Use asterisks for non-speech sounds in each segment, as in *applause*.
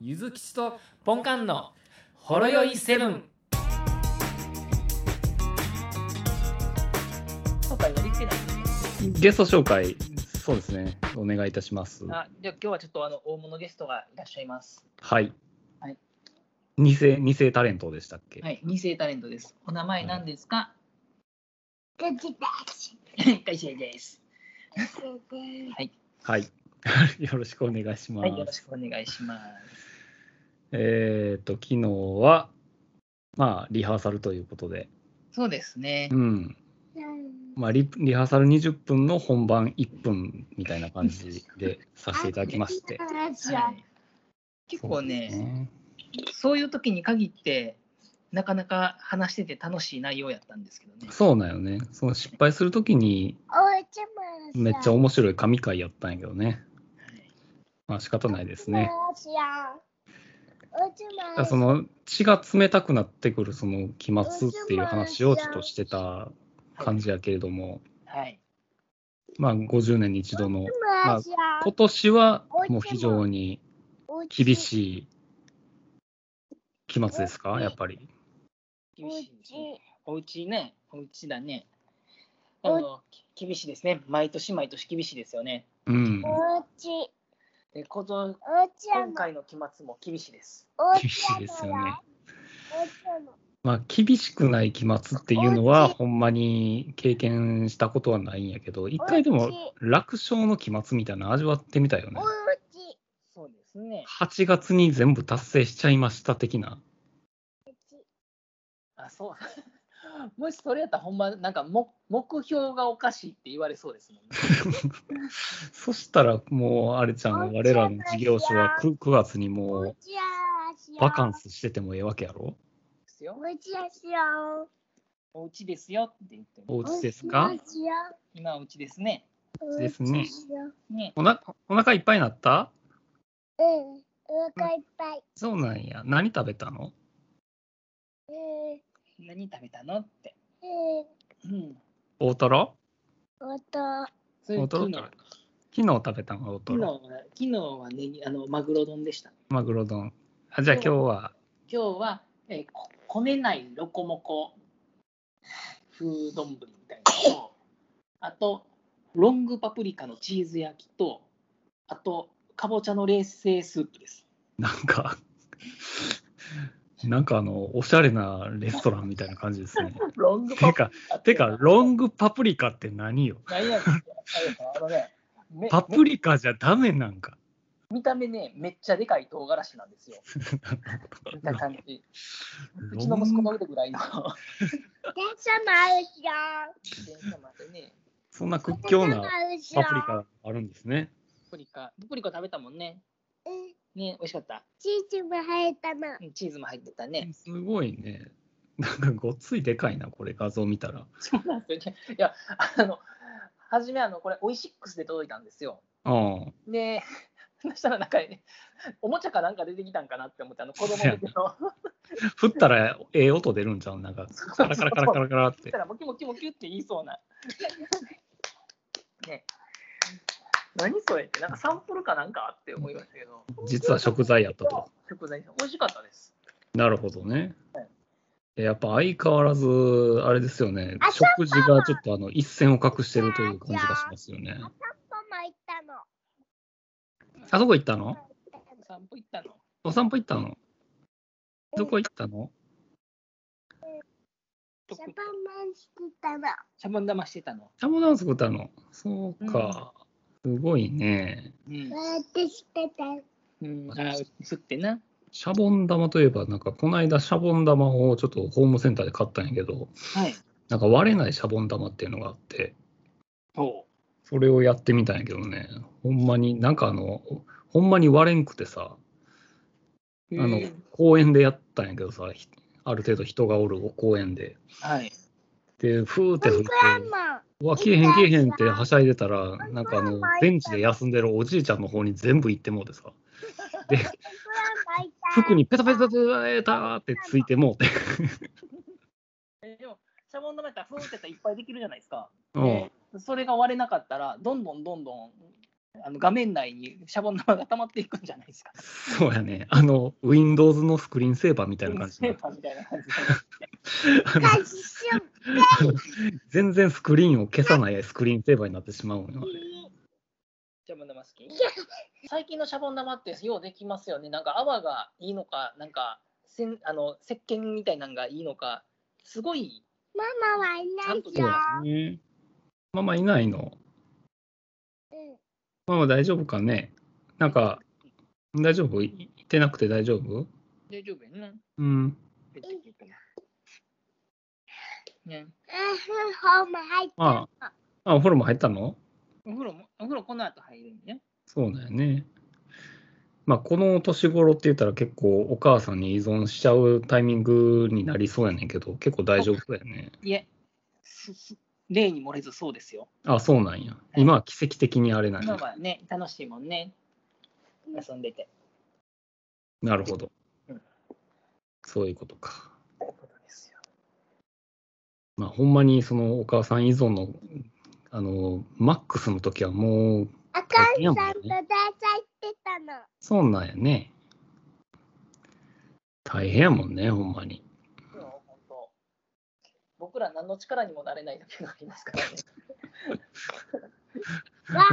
ゆずきちとポンカンのほろよいセブン。今回やりきれないゲスト紹介、そうですね、お願いいたします。あじゃあ今日はちょっとあの大物ゲストがいらっしゃいます。はい。はい偽偽タレントでしたっけ、はい、二世タレントです。お名前何ですか、ガチバチ会社です。はい、 *laughs* よろしくお願いしまはす。い、よろしくお願いします。えっ、と、昨日は、まあ、リハーサルということで、そうですねう。ん。まあリ、リハーサル20分の本番1分みたいな感じでさせていただきまして。はい、結構そうですね、そういう時に限って、なかなか話してて楽しい内容やったんですけどね。そうなんよね。その失敗するときに、めっちゃ面白い神回やったんやけどね。まあ、仕方ないですね。。だからその血が冷たくなってくるその期末っていう話をちょっとしてた感じやけれども、はい。まあ、50年に一度の、まあ、今あ、年はもう非常に厳しい期末ですか、やっぱり。厳しいですね。。おうちね、おうちだね。あのき厳しいですね。毎年毎年厳しいですよね。うん、おち、で、ことおちゃ今の、回の期末も厳しいです。お厳しいですよね。おちゃの、まあ、厳しくない期末っていうのは、ほんまに経験したことはないんやけど、一回でも楽勝の期末みたいなの味わってみたよねお。ち、そうですね。 8月に全部達成しちゃいました的な。あ、そう。 *laughs* もしそれやったら、ほんま、なんかも、目標がおかしいって言われそうですもんね。そしたらもうあれちゃん、我らの事業所は 9, 9月におもちゃしうバカンスしててもええわけやろですよおちゃしよお家ですよって言っても、おう。うちですか今お家ですね。ですね。ね。おなお腹いっぱいになったうん、お腹いっぱい。そうなんや。何食べたのうん、何食べたのって。うん、うん。大トロおと。そういう大トロ昨日食べた。昨日食べたの大昨ト日は、ロ。昨日はね、あの、マグロ丼でした。マグロ丼。あじゃあ今日は、今日は、えーこ、こねないロコモコ風丼ぶりみたいなのと、あと、ロングパプリカのチーズ焼きと、あと、かぼちゃの冷製スープです。なんか、 *laughs* なんかあの、おしゃれなレストランみたいな感じで *laughs* すね。ロングてか、てか、ロング。グパプリカって何よ何やねんあのね、めパプリカじゃダメなんか。め見た目ね、めっちゃでかい唐辛子なんですよ。見た感じ。うちの息子の腕ぐらいの電車もあるしよ。電車までね、そんな屈強電な車もあるしよパプリ。カあるんですね。パプリカ、パプリカ食べたもんね。うん、ね、美味しかった。チーズも入ったの。うんチーズも入ってたね。すごいね。なんかごっついでかいな、これ画像見たら。そうなんですよね。いや、あの、初め、あの、これ、オイシックスで届いたんですよ。うん。で、そしたら、なんか、ね、おもちゃかなんか出てきたんかなって思って、あの、子供向けの、振ったらええ音出るんじゃ *laughs* ん。なんかカラカラカラカラカラっそしてた。ら、もきもきもきって言いそうな。ね。何それって、なんかサンプルかなんかって思いましたけど、実は食材やったと。食材、美味しかったです。なるほどね。やっぱ相変わらず、あれですよねあ。食事がちょっとあの一線を隠してるという感じがしますよね。パパも行ったの。あ、どこ行ったの散歩行ったの。お散歩行ったのどこ行ったのシャパンマンしてたの。シャボン玉してたの。シャモダンス行ったのそうか。すごいね。うん。わーってしてた。うん、あー、吸ってな。シャボン玉といえば、なんかこの間、シャボン玉をちょっとホームセンターで買ったんやけど、はい。なんか割れないシャボン玉っていうのがあって、ほそれをやってみたんやけどね、ほんまに、なんかあの、ほんまに割れんくてさ、う。あのへー、公園でやったんやけどさ、ひある程度人がおる公園で。はい。で、ふーって吹いて、マうわ、消えへん消えへんってはしゃいでたら、なんかあの、ベンチで休んでるおじいちゃんの方に全部行ってもうてさ、ンいた。服にペタペタペタペタってついてもうて、えでも、シャボン玉やったら、ふーってやったらいっぱいできるじゃないですか。うんでそれが割れなかったら、どんどんどんどんあの画面内にシャボン玉が溜まっていくんじゃないですか。そうやね。あの、Windows のスクリーンセーバーみたいな感じペーで。パーみたいな感じで。あの開始しよう。全然スクリーンを消さないスクリーンセーバーになってしまうのよ。シャボン玉好き最近のシャボン玉ってようできますよね。なんか泡がいいのか、なんかせんあの石鹸みたいなのがいいのか、すごいママはいないよ。そうだね。ママいないの。ママ大丈夫かねなんか、大丈夫いいてなくて大丈夫大丈夫やんな。うん。ペチペチね、うん、ホーム入って。ああ、あお風呂も入ったのお風呂もお風呂この後入るんね。そうだよね。まあ、この年頃って言ったら結構お母さんに依存しちゃうタイミングになりそうやねんけど、結構大丈夫だよね。いえ、すす例に漏れずそうですよ。あ、そうなんや。今は奇跡的にあれなん今や。はね、楽しいもんね。遊んでて。なるほどうん。そういうことか。ですよまあ、ほんまにそのお母さん依存の、あの、マックスの時はもう、あかんさんとダーチャ行ってたの。そんなんやね。大変やもんね、ほんまに。そう本当僕ら何の力にもなれない時がありますからね。わは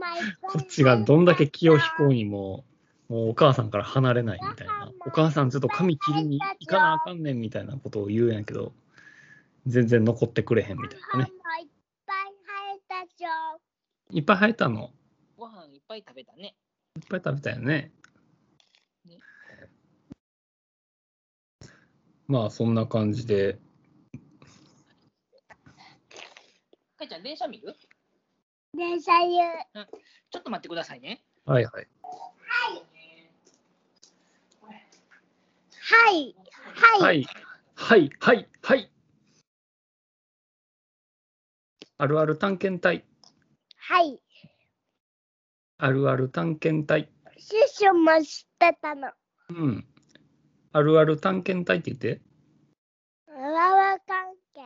まいこっちがどんだけ気を引こうにも、もうお母さんから離れないみたいな。お母さんちょっと髪切りに行かなあかんねんみたいなことを言うんやけど、全然残ってくれへんみたいわはなまね。いっぱい生えたじゃん。いっぱい生えたの。 *laughs* ご飯いっぱい食べたね。いっぱい食べたよねね。まあそんな感じで、かいちゃん、電車見る電車言う。ちょっと待ってくださいね。はいはい。はい。は。はいい、はい、はい、はい。あるある探検隊、はい。あるある探検隊、シュッシュも知ってたの。うん。あるある探検隊って言って、わわ関係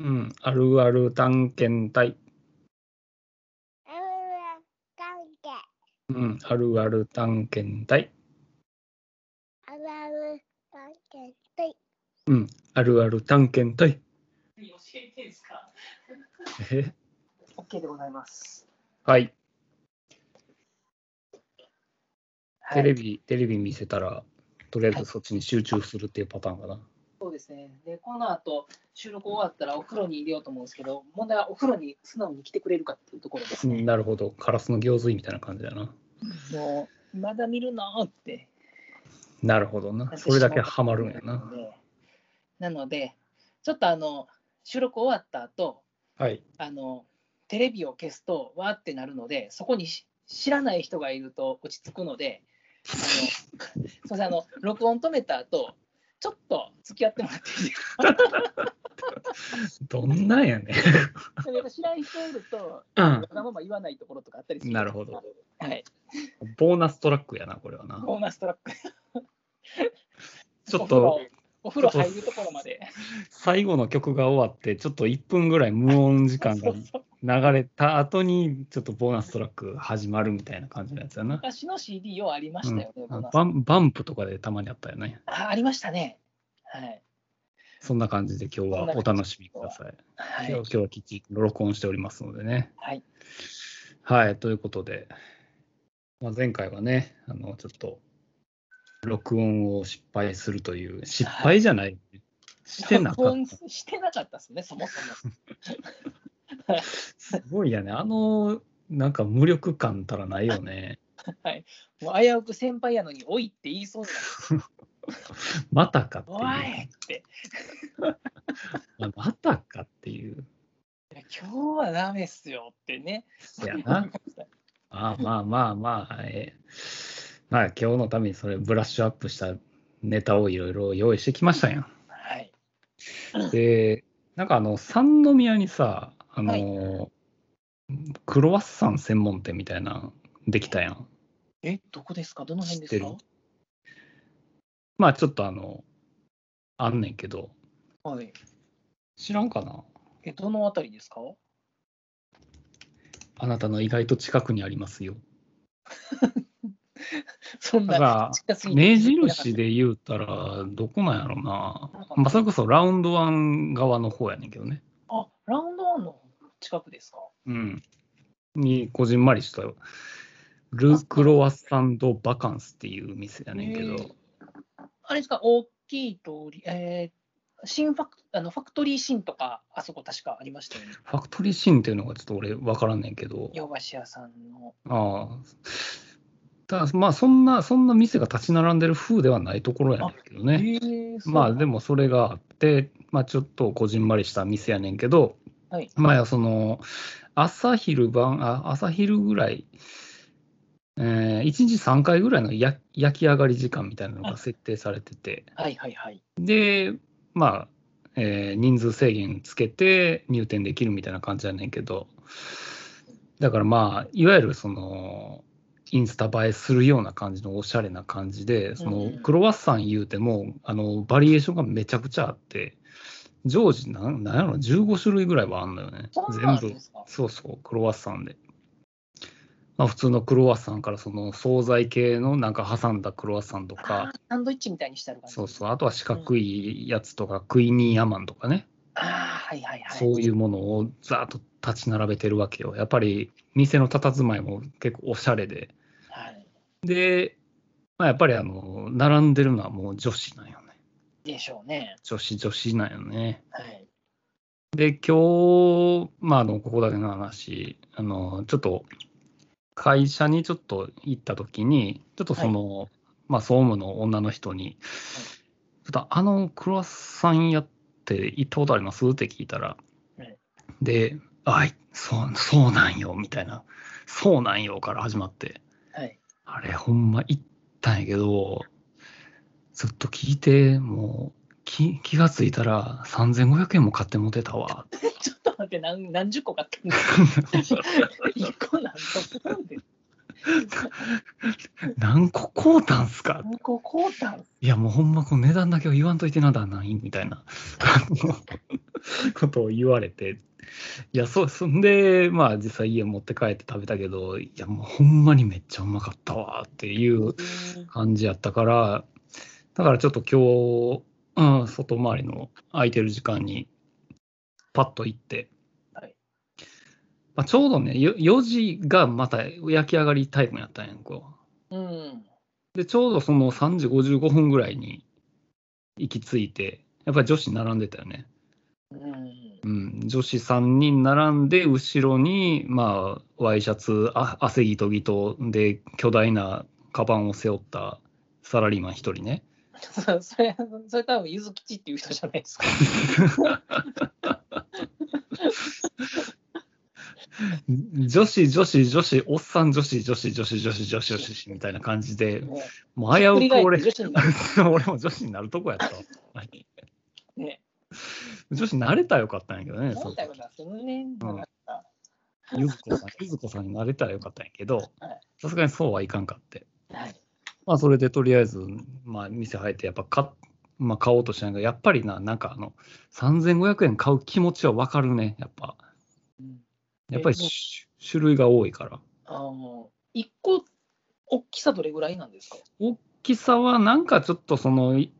うん、あるある探検隊、わわ関係。うん、あるある探検隊、あわわ関係。はい。うん、あるある探検隊。教えてんすかえ ?OK でございます。はい、はテレい、ビ、テレビ見せたら、とりあえずそっちに集中するっていうパターンかな。そうですね。で、この後、収録終わったらお風呂に入れようと思うんですけど、問題はお風呂に素直に来てくれるかっていうところですうねん。なるほど、カラスの行水みたいな感じだな。もう、まだ見るなーって。なるほどな、それだけハマるんやな。。なので、ちょっとあの、収録終わった後、はい。あの、テレビを消すと、わーってなるので、そこにし知らない人がいると落ち着くので、あの、 *laughs* すみません、あの、録音止めた後、ちょっと付き合ってもらっていいですかどんなんやね。 *laughs* それが知らん人いると、うんわがまま言わないところとかあったりする。なるほど。はい。ボーナストラックやな、これはな。ボーナストラック。ちょっと、お風呂、お風呂入るところまで。最後の曲が終わって、ちょっと1分ぐらい無音時間がそうそう流れた後に、ちょっとボーナストラック始まるみたいな感じのやつやな。昔の CD ようありましたよね、ボうーんナスバンバンプとかでたまにあったよね。あありましたね。はい。そんな感じで今日はお楽しみください。はい今日今。日はきちんと録音しておりますのでね。はい。はい、ということで、まあ、前回はね、あのちょっと録音を失敗するという、失敗じゃない、してなかっ録音た。してなかったですね、そもそも。すごいやね、あの、なんか無力感たらないよね。もう危うく先輩やのに、おいって言いそうにまたかっていう。なる。おいって。まあまたかっていう。今日はダメっすよってね。いやな。まあまあまあまあ、えーまあ今日のためにそれブラッシュアップしたネタをいろいろ用意してきましたやん。はい。で、なんかあの、三宮にさ、あの、はクロワッサン専門店みたいな、できたやん。え、どこですかどの辺で知すってかるまあちょっとあの、あんねんけど、はい。知らんかなえ、どのあたりですかあなたの意外と近くにありますよ。そんだなか近すら、ぎて目印で言うたら、どこなんやろな。まあ、それこそラウンドワン側の方やねんけどね。あ、ラウンドワンの近くですかうん。に、こじんまりしたよ。ル・クロワッサンド・バカンスっていう店やねんけへど、ーあれですか、大きい通り、えー、新ファクあのファクトリーシーンとか、あそこ確かありましたよね。ファクトリーシーンっていうのがちょっと俺分からんねんけど、洋菓子屋さんの。ああ。ただ、まあ、そんな、そんな店が立ち並んでる風ではないところやねんけどね。まあでも、もそれがあって、まあ、ちょっとこじんまりした店やねんけど、はいまあその朝昼晩あ朝昼ぐらい、えー、1日3回ぐらいのや焼き上がり時間みたいなのが設定されててはいはいはい。でまあ、えー人数制限つけて入店できるみたいな感じやねんけどだからまあいわゆるそのインスタ映えするような感じのおしゃれな感じでそうんのうんクロワッサン言うてもあのバリエーションがめちゃくちゃあって常時なんなんやろ15種類ぐらいはあんのよねそうな全ん部ですかそうそうクロワッサンで。まあ、普通のクロワッサンからその惣菜系のなんか挟んだクロワッサンとかあーサンドイッチみたいにしてある感じ。そうそう、あとは四角いやつとか、クイニーアマンとかね、ああ、はいはいはい。そういうものをざーっと立ち並べてるわけよ。やっぱり店の佇まいも結構おしゃれで、はい、で、まあ、やっぱりあの並んでるのはもう女子なんよね。でしょうね。女子女子なんよね。はい。で、今日、まあ、あのここだけの話、あのちょっと会社にちょっと行った時に、ちょっとその、まあ、総務の女の人に、ちょっとあのクロワッサン屋って行ったことありますって聞いたら、はいで、あいそう、そうなんよ、みたいな、そうなんよから始まって、はい。 *laughs* あれ、ほんま行ったんやけど、ずっと聞いて、もう、気気がついたら3500円も買ってもてたわ。ちょっと待って、何何十個買ったんですか *laughs* 一個なんだ。なんで何個買うたんすか何個買うたんいやもうほんまこの値段だけを言わんといてなだないみたいな *laughs* ことを言われていやそうそんでまあ実際家持って帰って食べたけどいやもうほんまにめっちゃうまかったわっていう感じやったからだからちょっと今日、うん、外回りの空いてる時間にパッと行って、はいまあ、ちょうどねよ4時がまた焼き上がりタイムやったんやんか。うん。で、ちょうどその3時55分ぐらいに行き着いて、やっぱり女子並んでたよね。うん。 *laughs* うん、女子3人並んで、後ろに、まあ、ワイシャツ、あ汗ぎとぎとで、巨大なカバンを背負ったサラリーマン1人ね。そそれ、それ多分、ゆずきちっていう人じゃないですか。女子、女子、女子、おっさん、女子、女子、女子、女子、女子、女子、みたいな感じで、ねもう危うく俺ひっくり返って女子にな *laughs* 俺も女子になるとこやったわ。 *laughs* ね女子慣れたらよかったんやけどね。なんだよな、そのね、なんかったゆずこさん、ゆずこさんになれたらよかったんやけどはい、さすがにそうはいかんかって。はい。まあ、それでとりあえず、まあ、店入って、やっぱ買っ、まあ、買おうとしたんやけど、やっぱりな、なんかあの、3500円買う気持ちはわかるね、やっぱ。うんやっぱりえもうし種類が多いから。あの、一個、大きさどれぐらいなんですか大きさは、なんかちょっとその、い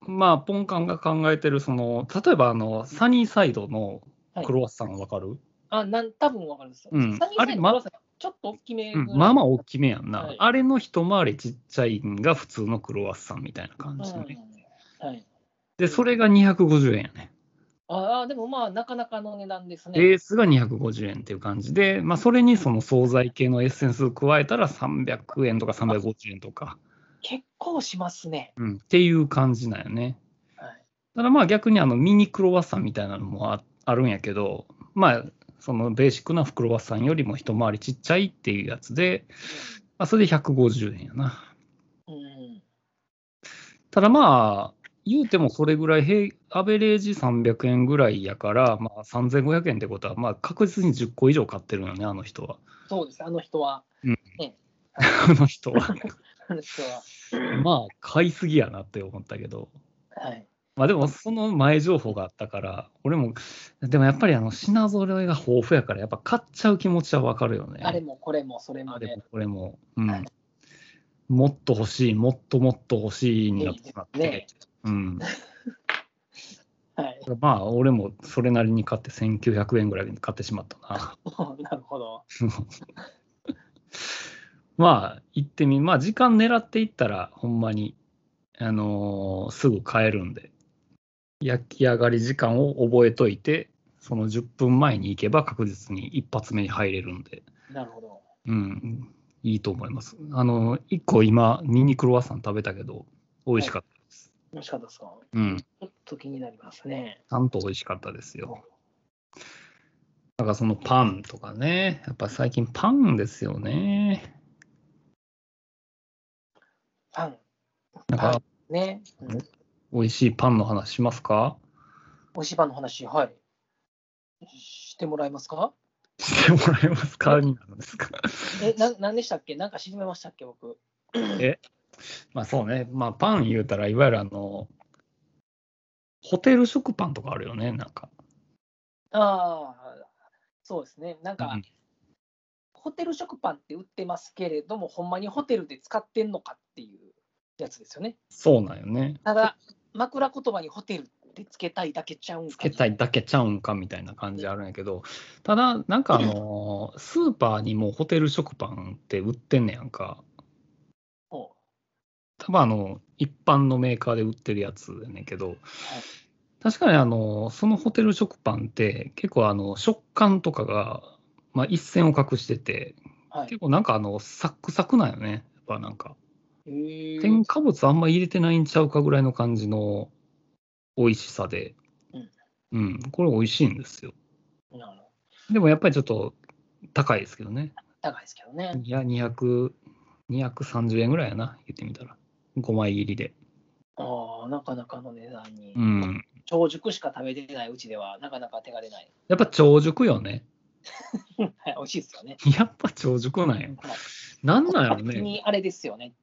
まあ、ポンカンが考えてる、その、例えば、あの、サニーサイドのクロワッサンわかる、あ、なん、多分わかるんですよ。うんサニーサイドあれまクロワッサンちょっと大きめぐうらい、ん、まあまあ大きめやんな、はいあれの一回りちっちゃいんが普通のクロワッサンみたいな感じね、うんはい。で、それが250円やね。ああ、でもまあ、なかなかの値段ですね。ベースが250円っていう感じで、まあ、それにその惣菜系のエッセンスを加えたら300円とか350円とか、結構しますね。うん、っていう感じなんよね。はい。ただまあ逆にあのミニクロワッサンみたいなのもああるんやけど、まあそのベーシックなクロワッサンよりも一回りちっちゃいっていうやつで、まあ、それで150円やな。うん。うんただまあ、言うてもそれぐらい平、アベレージ300円ぐらいやから、まあ、3500円ってことは、まあ、確実に10個以上買ってるよね、あの人は。 *laughs* そうです、あの人は。あ *laughs* の人は。あの人は。まあ、買いすぎやなって思ったけど、はい。まあでも、その前情報があったから、俺も、でもやっぱりあの品揃えが豊富やから、やっぱ買っちゃう気持ちはわかるよね。あれもこれもそれもあれねも。これも。うん。もっと欲しい、もっともっと欲しいになってしまって。ねうん。はい。 *laughs* まあ、俺もそれなりに買って1900円ぐらいで買ってしまったな。 *laughs* なるほど。まあ、行ってみ、まあ、時間狙っていったら、ほんまに、あのーすぐ買えるんで、焼き上がり時間を覚えといて、その10分前に行けば確実に一発目に入れるんで、なるほど。うん、いいと思います。あの、1個今、ミニクロワッサン食べたけど、美味しかった。もしかったですかうん、ちちょっと気になりますね。ゃんと美味しかったですよ。なんかそのパンとかね、やっぱ最近パンですよね。パン。なんかね。うん美味しいパンの話しますかおしばの話、はい。してもらえますかしてもらえますかになるんですか。 *laughs* え、ななんでしたっけなんか沈めましたっけ僕。まあそうね、まあパン言うたら、いわゆるあの、ホテル食パンとかあるよね、なんか。ああ、そうですね。なんか、うんホテル食パンって売ってますけれども、ほんまにホテルで使ってんのかっていうやつですよね。そうなんよね。ただ、枕言葉にホテルってつけたいだけちゃうんつかけたいだけちゃうんかみたいな感じあるんやけど、ただ、なんかあのー、スーパーにもうホテル食パンって売ってんねやんか。ほう多分あの一般のメーカーで売ってるやつやねんけど、確かにあのそのホテル食パンって結構あの食感とかが、まあ、一線を画しててはい結。構なんかあのサックサクなんよねやっぱなんかへー添加物あんま入れてないんちゃうかぐらいの感じの美味しさで、うんうん、これ美味しいんですよなるほどでもやっぱりちょっと高いですけどね高いですけどね。いや200 230円ぐらいやな言ってみたら5枚入りでああ、なかなかの値段に。うん長熟しか食べてないうちでは、なかなか手が出ない。やっぱ長熟よね。はい、美味しいですよね。 *laughs* やっぱ長熟なんよはい。なんなんやろ先ね。にあれですよね。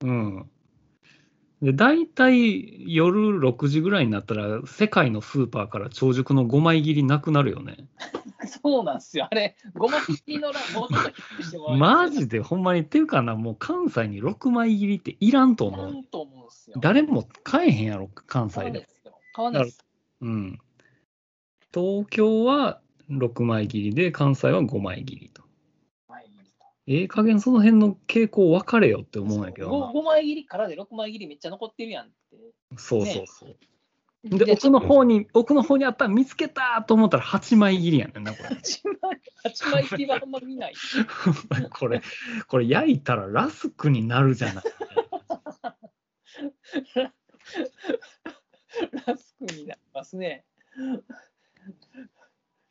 うん。で、大体夜6時ぐらいになったら、世界のスーパーから長熟の5枚切りなくなるよね。そうなんですよ。あれ、ごま切りのラもうちょっと低くしてもらえますマジでほんまに、っていうかな、もう関西に6枚切りっていらんと思なう。んと思うんですよ。誰も買えへんやろ、関買わ西ないでで。すよ。買わないです。うん。東京は6枚切りで、関西は5枚切りと。はいええ加減その辺の傾向分かれよって思うんやけどな。 5, 枚切りからで6枚切りめっちゃ残ってるやんって。そうそうねそう。で、奥の方に、奥の方にあったら見つけたと思ったら8枚切りやねんな、これ。 8枚、八枚切りはあんま見ない。 *laughs* これ、これ焼いたらラスクになるじゃない。ラスクになりますね。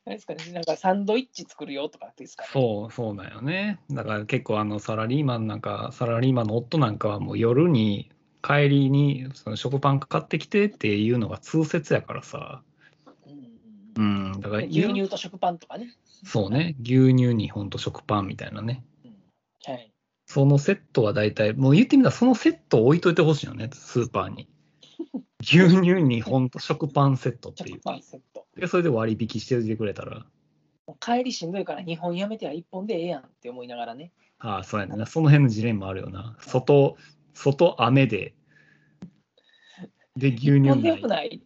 あれですかね、なんかサンドイッチ作るよとかですかね。そう、そうだよね。だから結構あのサラリーマンなんか、サラリーマンの夫なんかはもう夜に、帰りにその食パン買ってきてっていうのが通説やからさ。うんうんううんん、だから牛乳と食パンとかね。そうね。牛乳にほんと食パンみたいなね。はい。そのセットは大体、もう言ってみたらそのセットを置いといてほしいよね、スーパー *laughs* に。牛乳2本と食パンセットってい食う。パンセット。で、それで割引しておいてくれたら、もう帰りしんどいから2本やめては1本でええやんって思いながらね。ああ、そうやねんな。その辺のジレンマあるよな。外、外雨で、で、牛乳1な本でよいく。ない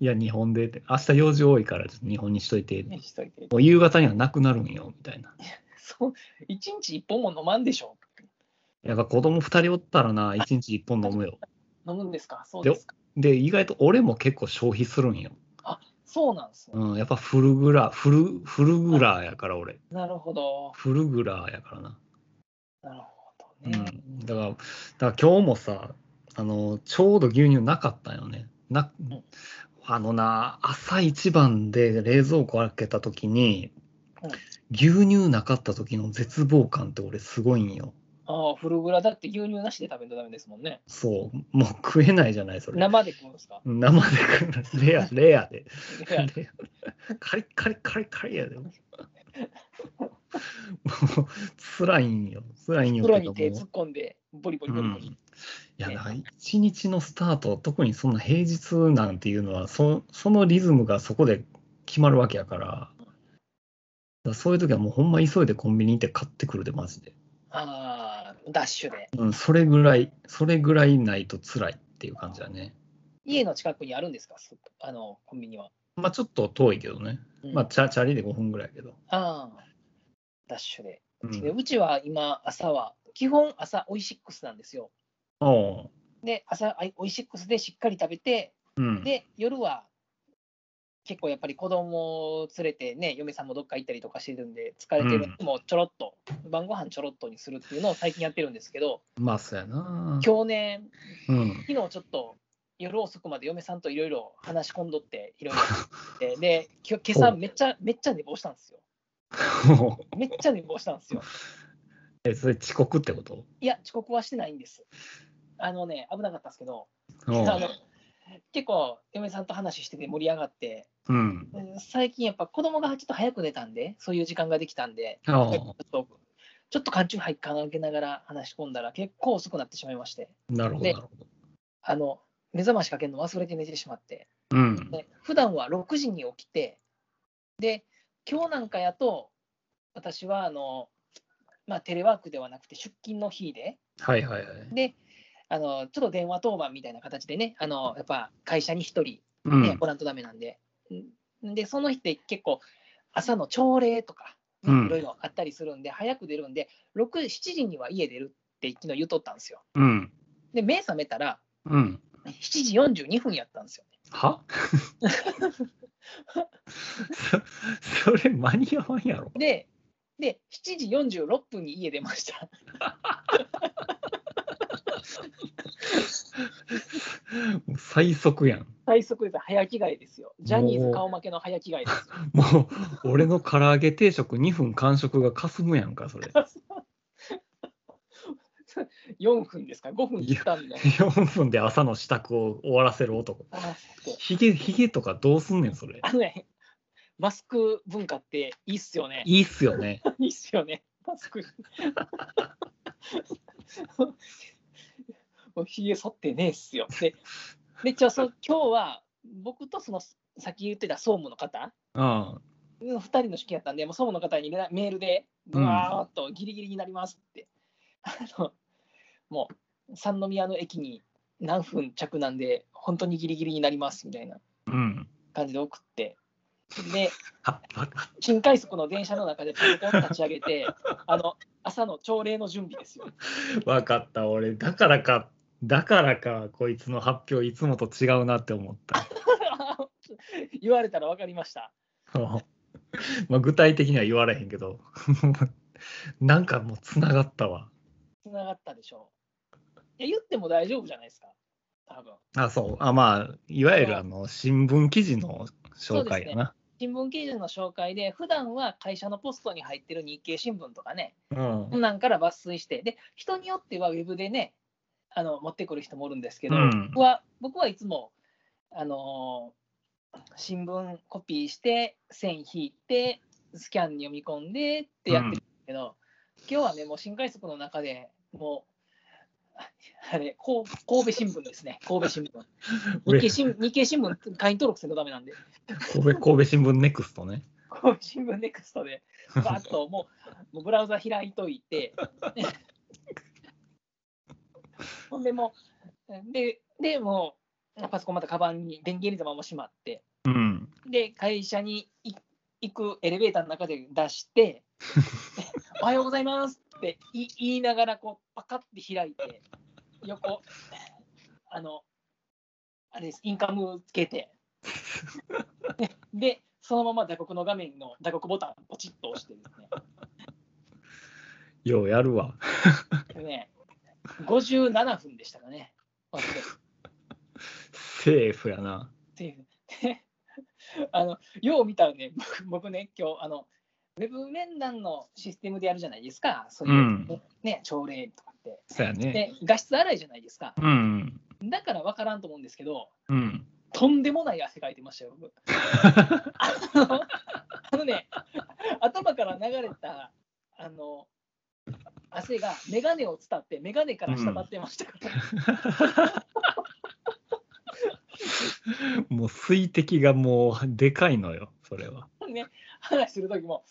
いや、日本でって。明日用事多いから、ちょっと日本にしといて。ねしといて。もう夕方にはなくなるんよ、みたいな。そう、一日一本も飲まんでしょ。やっぱ子供2人おったらな、1日1本飲むよ。飲むんですかそうですか。で、意外と俺も結構消費するんよ。そうなんですね。うん、やっぱフルグラー、フル、フルグラーやから俺。なるほど。フルグラーやからな。なるほうどね。ん。だから、だから今日もさ、あの、ちょうど牛乳なかったんよね。な、んあのな、朝一番で冷蔵庫開けた時にうん、牛乳なかった時の絶望感って俺すごいんよ。ああ、フルグラだって牛乳なしで食べんとダメですもんね。そう。もう食えないじゃない、それ。生で食うん *laughs* ですか生で食うレア、レアで。いやレアカリカリカリカリやで。もう辛いんよ。辛いんよ袋けどに手も突っ込んで、ボリボリうボリボんリ。いやねだから一日のスタート、特にそんな平日なんていうのはそ、そのリズムがそこで決まるわけやから、だからそういう時はもうほんま急いでコンビニ行って買ってくるで、マジで。ああ、ダッシュで。うん、それぐらい、それぐらいないと辛いっていう感じだね。家の近くにあるんですか、そあのコンビニは。まあちょっと遠いけどね。うんまあチャチャリで5分ぐらいやけど。ああ、ダッシュで。うでん、うちは今、朝は、基本朝、オイシックスなんですよ。おうで、朝、あいオイシックスでしっかり食べて、うん、で、夜は、結構やっぱり子供を連れてね、嫁さんもどっか行ったりとかしてるんで、疲れてるのもちょろっと、晩ご飯ちょろっとにするっていうのを最近やってるんですけど、まあそうやな。去年、うん、 *laughs* 昨日ちょっと夜遅くまで嫁さんといろいろ話し込んどって、いろいろや *laughs* って、で、きょ今朝めっちゃ、めっちゃ寝坊したんですよ。めっちゃ寝坊したんですよ。え、それ遅刻ってこと *laughs* いや、遅刻はしてないんです。あのね、危なかったんですけど、おあのう結構、嫁さんと話してて盛り上がって、うん。うん最近やっぱ子供がちょっと早く寝たんで、そういう時間ができたんで、ちあょっと、ちょっと缶チューハイかなけながら話し込んだら、結構遅くなってしまいまして、あ、なるほど、なでるほど。あの、目覚ましかけるの忘れて寝てしまって、うん。で普段は6時に起きて、で、今日なんかやと、私はあの、まあ、テレワークではなくて出勤の日で、はいはいはい。であの、ちょっと電話当番みたいな形でね、あのやっぱ会社に一人、うね、ん。ボラントダメなんで、んで、その日って結構、朝の朝礼とか、うねんいろいろあったりするんで、早く出るんで、6、7時には家出るって昨日言うとったんですよ。うん。で、目覚めたら、うん。 7時42分やったんですよね。 *laughs* はそ *laughs* それ間に合わんやろ。で、で7時46分に家出ました。 *laughs* 最速やん。最速です。早着替えですよ。ジャニーズ顔負けの早着替えですよ。 *laughs* もう、俺の唐揚げ定食2分完食がかすむやんか、*laughs* それ。 4分ですか ?5 分切ったんで。 4分で朝の支度を終わらせる男。あーってひげ、ひげとかどうすんねん、それ。あのね、マスク文化っていいっすよね。いいっすよね。いいっすよね。マスク。もうひげ剃ってねえっすよ。で、でじゃあそ今日は僕とそのさっき言ってた総務の方、うん。 2人の式やったんで、もう総務の方にねメールで、ブワーっとギリギリになりますって。あのもう三宮の駅に何分着なんで、本当にギリギリになりますみたいなうん。感じで送って。であ、バカ。新快速の電車の中でパソコン立ち上げて、あの朝の朝礼の準備ですよ。 *laughs* わかった、俺、だからか、だからか、こいつの発表、いつもと違うなって思った。 *laughs* 言われたら分かりました。まあ具体的には言われへんけど、 *laughs* なんかもうつながったわ。つながったでしょう。いや言っても大丈夫じゃないですか、多分あ、そう、あ、まあ、いわゆるあの新聞記事の紹介やな。新聞記事の紹介で、普段は会社のポストに入ってる日経新聞とかね、うんそんなんから抜粋して、で人によってはウェブでね、あの持ってくる人もおるんですけど、うん僕は僕はいつも、あのー新聞コピーして、線引いて、スキャンに読み込んでってやってるんですけど、今日はね、もう新快速の中でもう、 *laughs* あれ、こう神戸新聞ですね、神戸新聞。日経 *laughs* 新日経新聞、会員登録せんとダメなんで、神戸神戸新聞ネクストね。神戸新聞ネクストで、バーッともう、 *laughs* もうブラウザ開いといて、 *laughs* ほんでもう、で、でもう、パソコンまたカバンに電源入れたまましまって、うん。で、会社にい行くエレベーターの中で出して、おはようございますってい言いながら、こう、パカッて開いて、横、あの、あれです、インカムつけて、で、でそのまま打刻の画面の打刻ボタン、ポチッと押してですね。ようやるわ。でね、57分でしたかね。私セーフやな。っていう。で *laughs* あのよう見たらね、僕僕ね、今日あの、ウェブ面談のシステムでやるじゃないですか、そういう、うんね、朝礼とかって。そうやね。で、画質荒いじゃないですか。うん。だから分からんと思うんですけど、うん。とんでもない汗かいてましたよ、 *laughs* 僕。あのあのね、頭から流れたあの、汗が眼鏡を伝って、眼鏡から滴ってましたから、もう水滴がもうでかいのよ、それは。話する時も、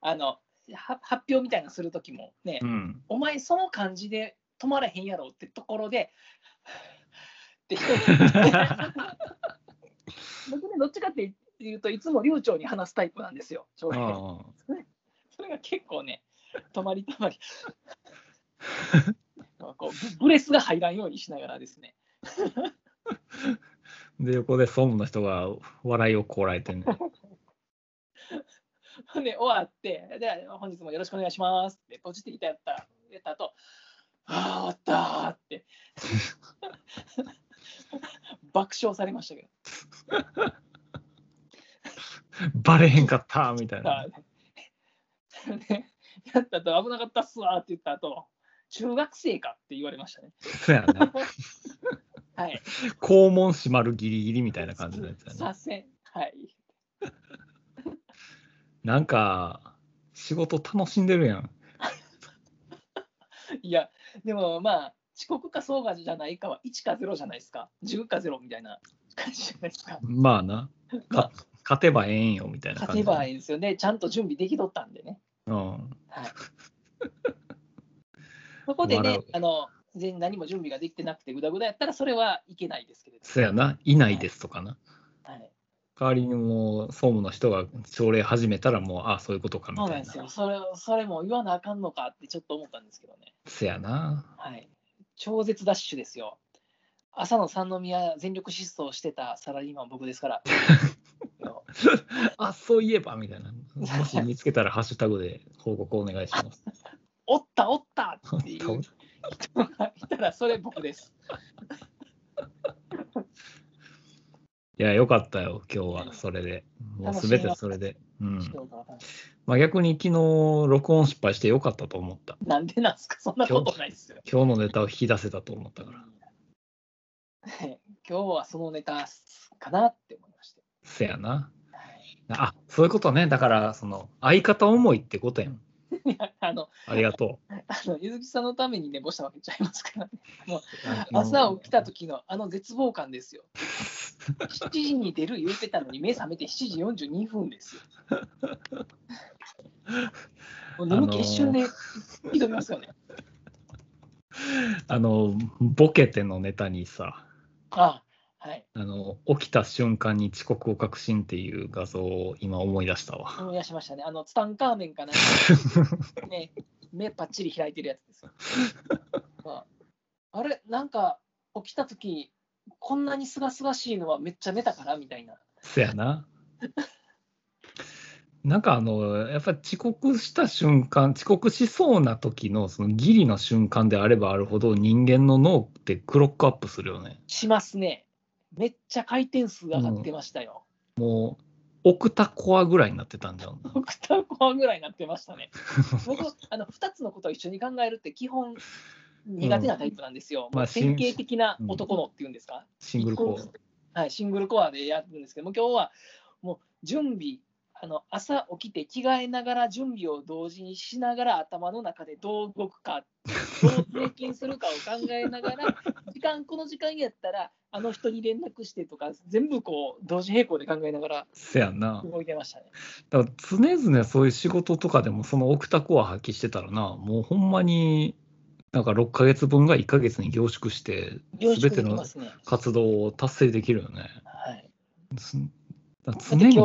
あの、は発表みたいなのする時もね、うん。 *laughs* お前その感じで止まらへんやろってところ *laughs* で、って言って僕ね、どっちかっていうといつも流暢に話すタイプなんですよ、正直ああそれが結構ね、止まり止まり。 *laughs* こうブレスが入らんようにしながらですね。で、横で総務の人が笑いをこらえてね。 *laughs* ほんで、終わって、じゃあ本日もよろしくお願いしますって、閉じていたやった、やった後、ああ、終わったー *laughs* って、爆笑されましたけど。バレへんかったみたい *laughs* なあ。ね、やったと危なかったっすわーって言った後中学生かって言われましたね。そうやな。はい。肛門閉まるギリギリみたいな感じのやつや左な。遷。はい。なんか、仕事楽しんでるやん。いや、でもまあ、遅刻かそうかじゃないかは1か0じゃないですか。10か0みたいな感じじゃないですか。まあな。か勝てばええんよみたいな勝感じ。てばいえいんですよね。ちゃんと準備できとったんでね。うん。はい。そこで笑ねう、あの、全然何も準備ができてなくてぐだぐだやったらそれはいけないですけれど。そうやな。いないですとかな。はい。代わりにもう総務の人が朝礼始めたらもう、ああ、そういうことかみそうたなんいでなす。よ。それ、それも言わなあかんのかってちょっと思ったんですけどね。せやな。はい、超絶ダッシュですよ。朝の三宮全力疾走してたサラリーマン僕ですから。あそういえばみたいな。もし見つけたらハッシュタグで報告お願いします。おったおったっていおっう人がいたらそれ僕です。いや、よかったよ、今日は、それで。もうすべてそれで。うん。まあ、逆に昨日、録音失敗してよかったと思った。なんでなんですかそんなことないですよ。今日のネタを引き出せたと思ったから。はい今日はそのネタかなって思いまして。せやな。はいあ、そういうことね。だから、その、相方思いってことやん。いやあの、ありがとう。あのゆずきさんのために寝坊したわけちゃいますからね。もうあ *laughs* の朝起きた時のあの絶望感ですよ。7時に出る言うてたのに目覚めて7時42分ですよ。もう眠気一瞬で挑みますよね。あの、ボケてのネタにさ、ああはい。あの、起きた瞬間に遅刻を確信っていう画像を今思い出したわ。思い出しましたね。あの、ツタンカーメンかなんか、ね、目パッチリ開いてるやつですよ。まあ、あれ、なんか起きた時こんなにすがすがしいのはめっちゃ寝たからみたいな。そやな。なんかあの、やっぱり遅刻した瞬間、遅刻しそうな時のそのギリの瞬間であればあるほど人間の脳ってクロックアップするよね。しますね。めっちゃ回転数上がってましたよ。もう、オクタコアぐらいになってたんじゃん。オクタコアぐらいになってましたね。僕、あの2つのことを一緒に考えるって基本苦手なタイプなんですよ。まあ典型的な男のっていうんですか、シングルコーはい、シングルコアでやるんですけども、今日はもう準備、あの朝起きて着替えながら準備を同時にしながら頭の中でどう動くか、どう税金するかを考えながら、 *laughs* 時間、この時間やったら、あの人に連絡してとか、全部こう同時並行で考えながらせやな。動いてましたね。だから常々そういう仕事とかでもそのオクタコア発揮してたらな、もうほんまに、なんか6ヶ月分が1ヶ月に凝縮して、凝全縮てできまのすね。活動を達成できるよね。はいすだだからって常に。今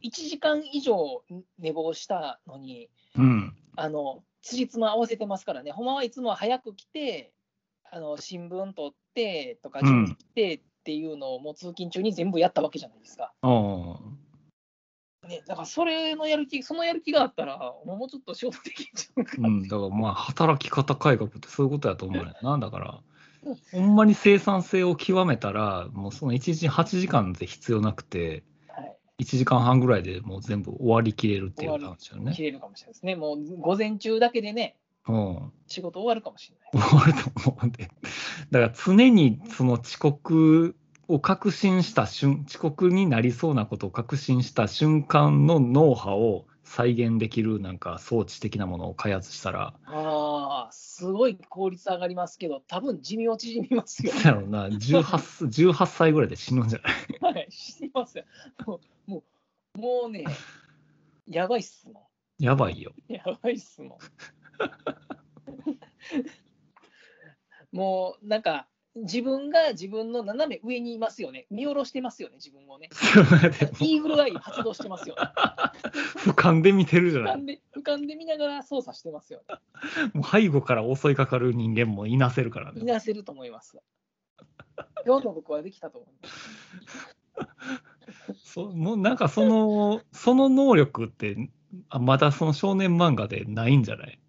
日1時間以上寝坊したのに、うんあの辻褄合わせてますからね、ほんまはいつもは早く来て、あの新聞取ってとか、うん準備してっていうのをもう通勤中に全部やったわけじゃないですか。あね、だからそれのやる気、そのやる気があったら、もうちょっと仕事できんちゃうかあ、うん、だからまあ働き方改革ってそういうことやと思うねんな。だから、ほんまに生産性を極めたら、もうその1時、8時間で必要なくて、はい1時間半ぐらいでもう全部終わりきれるって終いうわり話よね切。れるかもしれないですね。もう午前中だけでね、うん、 *laughs* 終仕事終わるかもしれない。わると思うんで。だから常にその遅刻を確信した瞬、遅刻になりそうなことを確信した瞬間の脳波を再現できるなんか装置的なものを開発し *laughs* たら、ああ、すごい効率上がりますけど、多分寿命縮みますよ。なんやろうな、18, 18歳ぐらいで死ぬんじゃないはい、死にますよ。もう、もうもうね、やばいっすもやばいよ。 *laughs* ん。やばいっすもん。 *laughs* もう、なんか、自分が自分の斜め上にいますよね。見下ろしてますよね、自分をね。イーグルアイ発動してますよ、ね。俯瞰で見てるじ俯ゃない。瞰で、俯瞰で見ながら操作してますよ、ね。もう背後から襲いかかる人間もいなせるからいね。なせると思います。今日の僕はできたと思います。そもうなんかその、 *laughs* その能力って、あまだその少年漫画でないんじゃない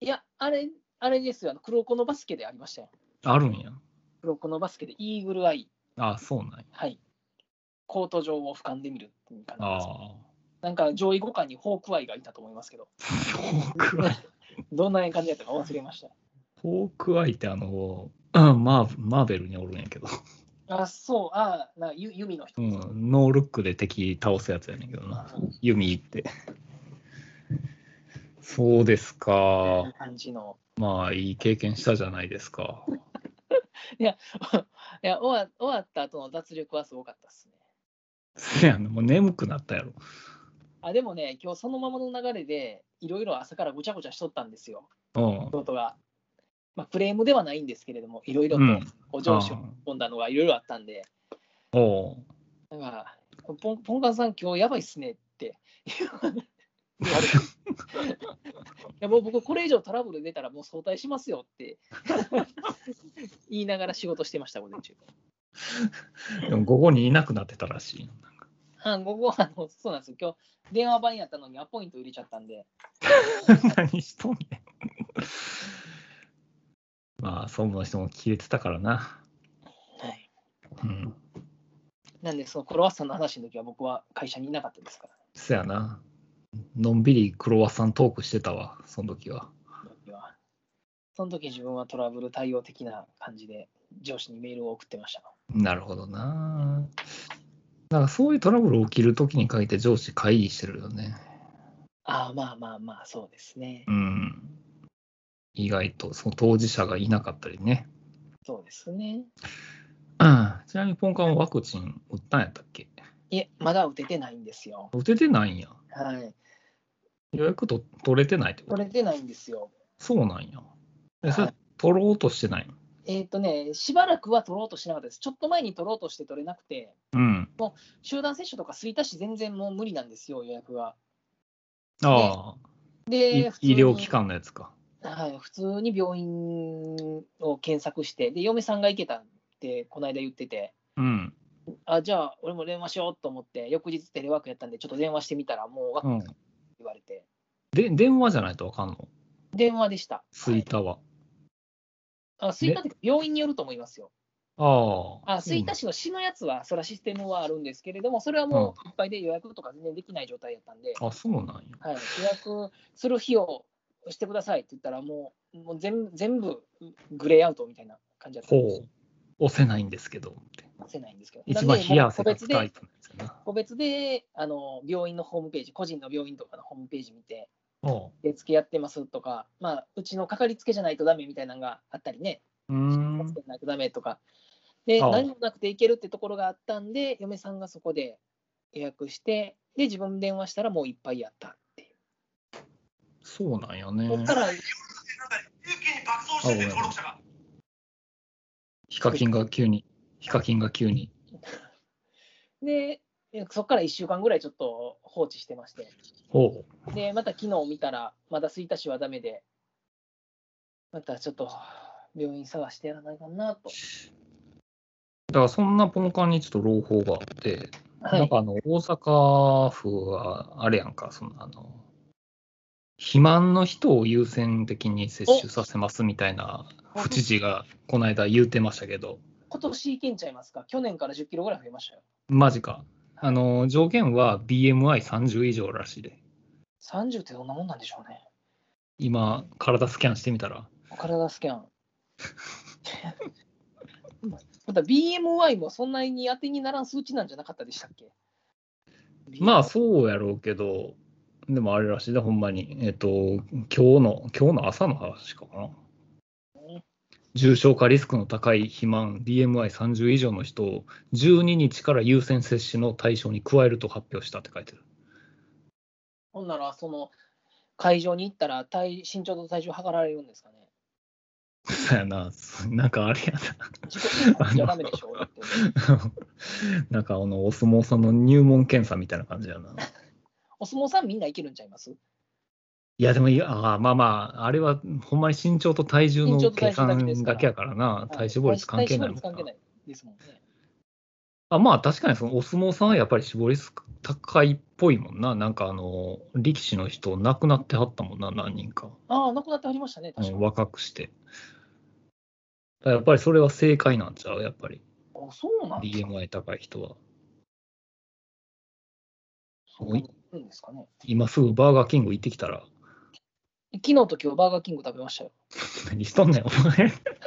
いや、あれ、あれですよ、あの黒子のバスケでありましたよ。あるんや。黒子のバスケでイーグルアイ、あそうなんや。はい、コート上を俯瞰で見るっていう感じです。あなんか上位互換にホークアイがいたと思いますけど、あ。フォークアイ。どんな感じだったか忘れました。フォークアイってあの、うんマーマーベルにおるんやけど、あ、そう、あ、なゆ弓の人うですんね、、ノールックで敵倒すやつやねんけどな。弓って。そうですこんかな。感じの。まあ、いい経験したじゃないですか。いや終わ、終わった後の脱力はすごかったですね。せやな、もう眠くなったやろ。あでもね、今日そのままの流れで、いろいろ朝からごちゃごちゃしとったんですよ、うん。仕事が。まあ、クレームではないんですけれども、いろいろとうんお上司を込んだのがいろいろあったんで、おうだから、ポンポンカンさん、今日やばいっすね *laughs* って。いやもう僕、これ以上トラブル出たらもう早退しますよって *laughs* 言いながら仕事してました、午前中。でも午後にいなくなってたらしいな。あ午後あの、そうなんですよ、今日電話番やったのにアポイント入れちゃったんで、 *laughs* 何しとんねん。 *laughs* まあ、総務の人も切れてたからな。はい、うん。なんで、そのクロワッサンの話の時は僕は会社にいなかったですから、そやな。のんびりクロワッサントークしてたわ、その時は。その時は。その時自分はトラブル対応的な感じで上司にメールを送ってました。なるほどな。だからそういうトラブル起きるときに限って上司会議してるよね。ああ、まあまあまあ、そうですね。うん。意外と、その当事者がいなかったりね。そうですね。うんちなみにポンカンはワクチン打ったんやったっけいえ、まだ打ててないんですよ。打ててないんや。はい。予約と取れてないってこと取れてないんですよ。そうなんや。えそはれ取ろうとしてないのえっ、とね、しばらくは取ろうとしなかったです。ちょっと前に取ろうとして取れなくて、うん。集団接種とか過ぎたし、全然もう無理なんですよ、予約が。ああ、で、普通いに医療機。関のやつか。はい、普通に病院を検索して、で、嫁さんが行けたって、この間言ってて、うん。あ、じゃあ、俺も電話しようと思って、翌日テレワークやったんで、ちょっと電話してみたら、もう、わかうっん、言われて、で電話じゃないとわかんの電話でした。スイタは。あ、スイカって病院によると思いますよ。ああ。あ吹田市。市の市のやつは、そらシステムはあるんですけれども、それはもういっぱいで予約とか全然できない状態だったんで、あ、そうなんや。はい、予約する費用をしてくださいって言ったら、もうもう全全部グレーアウトみたいな感じだったんですほう。押せないんですけどって。出せないんですけど、一な番んで冷やも汗うが個つ別タイで、プのやつやな。個別であの病院のホームページ、個人の病院とかのホームページ見て、ほ受付やってますとか、まあ、うちのかかりつけじゃないとダメみたいなのがあったりね、う。うーかかりつんけ。じゃないとダメとか、で、ああ何もなくて行けるってところがあったんで、嫁さんがそこで予約して、で、自分電話したらもういっぱいやったっていう。そうなんやねそ。っから、一気に爆走してて登録者が。ヒカキンが急に。ヒカキンが急に。で、そっから1週間ぐらいちょっと放置してまして、ほう。で、また昨日見たら、まだ吹田市はダメで、またちょっと病院探してやらないかなと。だからそんなポンカンにちょっと朗報があって、はなんい。かあの大阪府はあれやんか、そのあの肥満の人を優先的に接種させますみたいな府知事がこの間言うてましたけど、今年いけんちゃいますか去年から10キロぐらい増えましたよ。マジか。あの上限は BMI30 以上らしいで、 30ってどんなもんなんでしょうね。今、体スキャンしてみたら、体スキャン。また BMI もそんなに当てにならん数値なんじゃなかったでしたっけまあそそうやろうけど、でもあれらしいで、ほんまに。えっと、今日の、今日の朝の話かな。重症化リスクの高い肥満、BMI30 以上の人を12日から優先接種の対象に加えると発表したって書いてる。ほんなら、その会場に行ったら体、身長と体重測られるんですかね。そうやな、そなんかあれや自己管理じゃダメでし *laughs* ょ。だってな。なんかあの、お相撲さんの入門検査みたいな感じやな。お相撲さんみんないけるんちゃいますいや、でもいや、あーまあまあ、あれはほんまに身長と体重身長のと体計重だけです算からだけやからな、体脂肪率関係な体脂肪いもん率関係なないですもんね。あまあ確かにそのお相撲さんはやっぱり死亡リスク高いっぽいもんな。なんかあの、力士の人亡くなってはったもんな、何人か。ああ、なくなってありましたね、う確かん、に。若くして。だからやっぱりそれは正解なんちゃうやっぱり。あそうなんですか。 BMI 高い人は。そうなんですかね。今すぐバーガーキング行ってきたら、昨日と今日バーガーキング食べましたよ。何しとんねん、お前。 *laughs*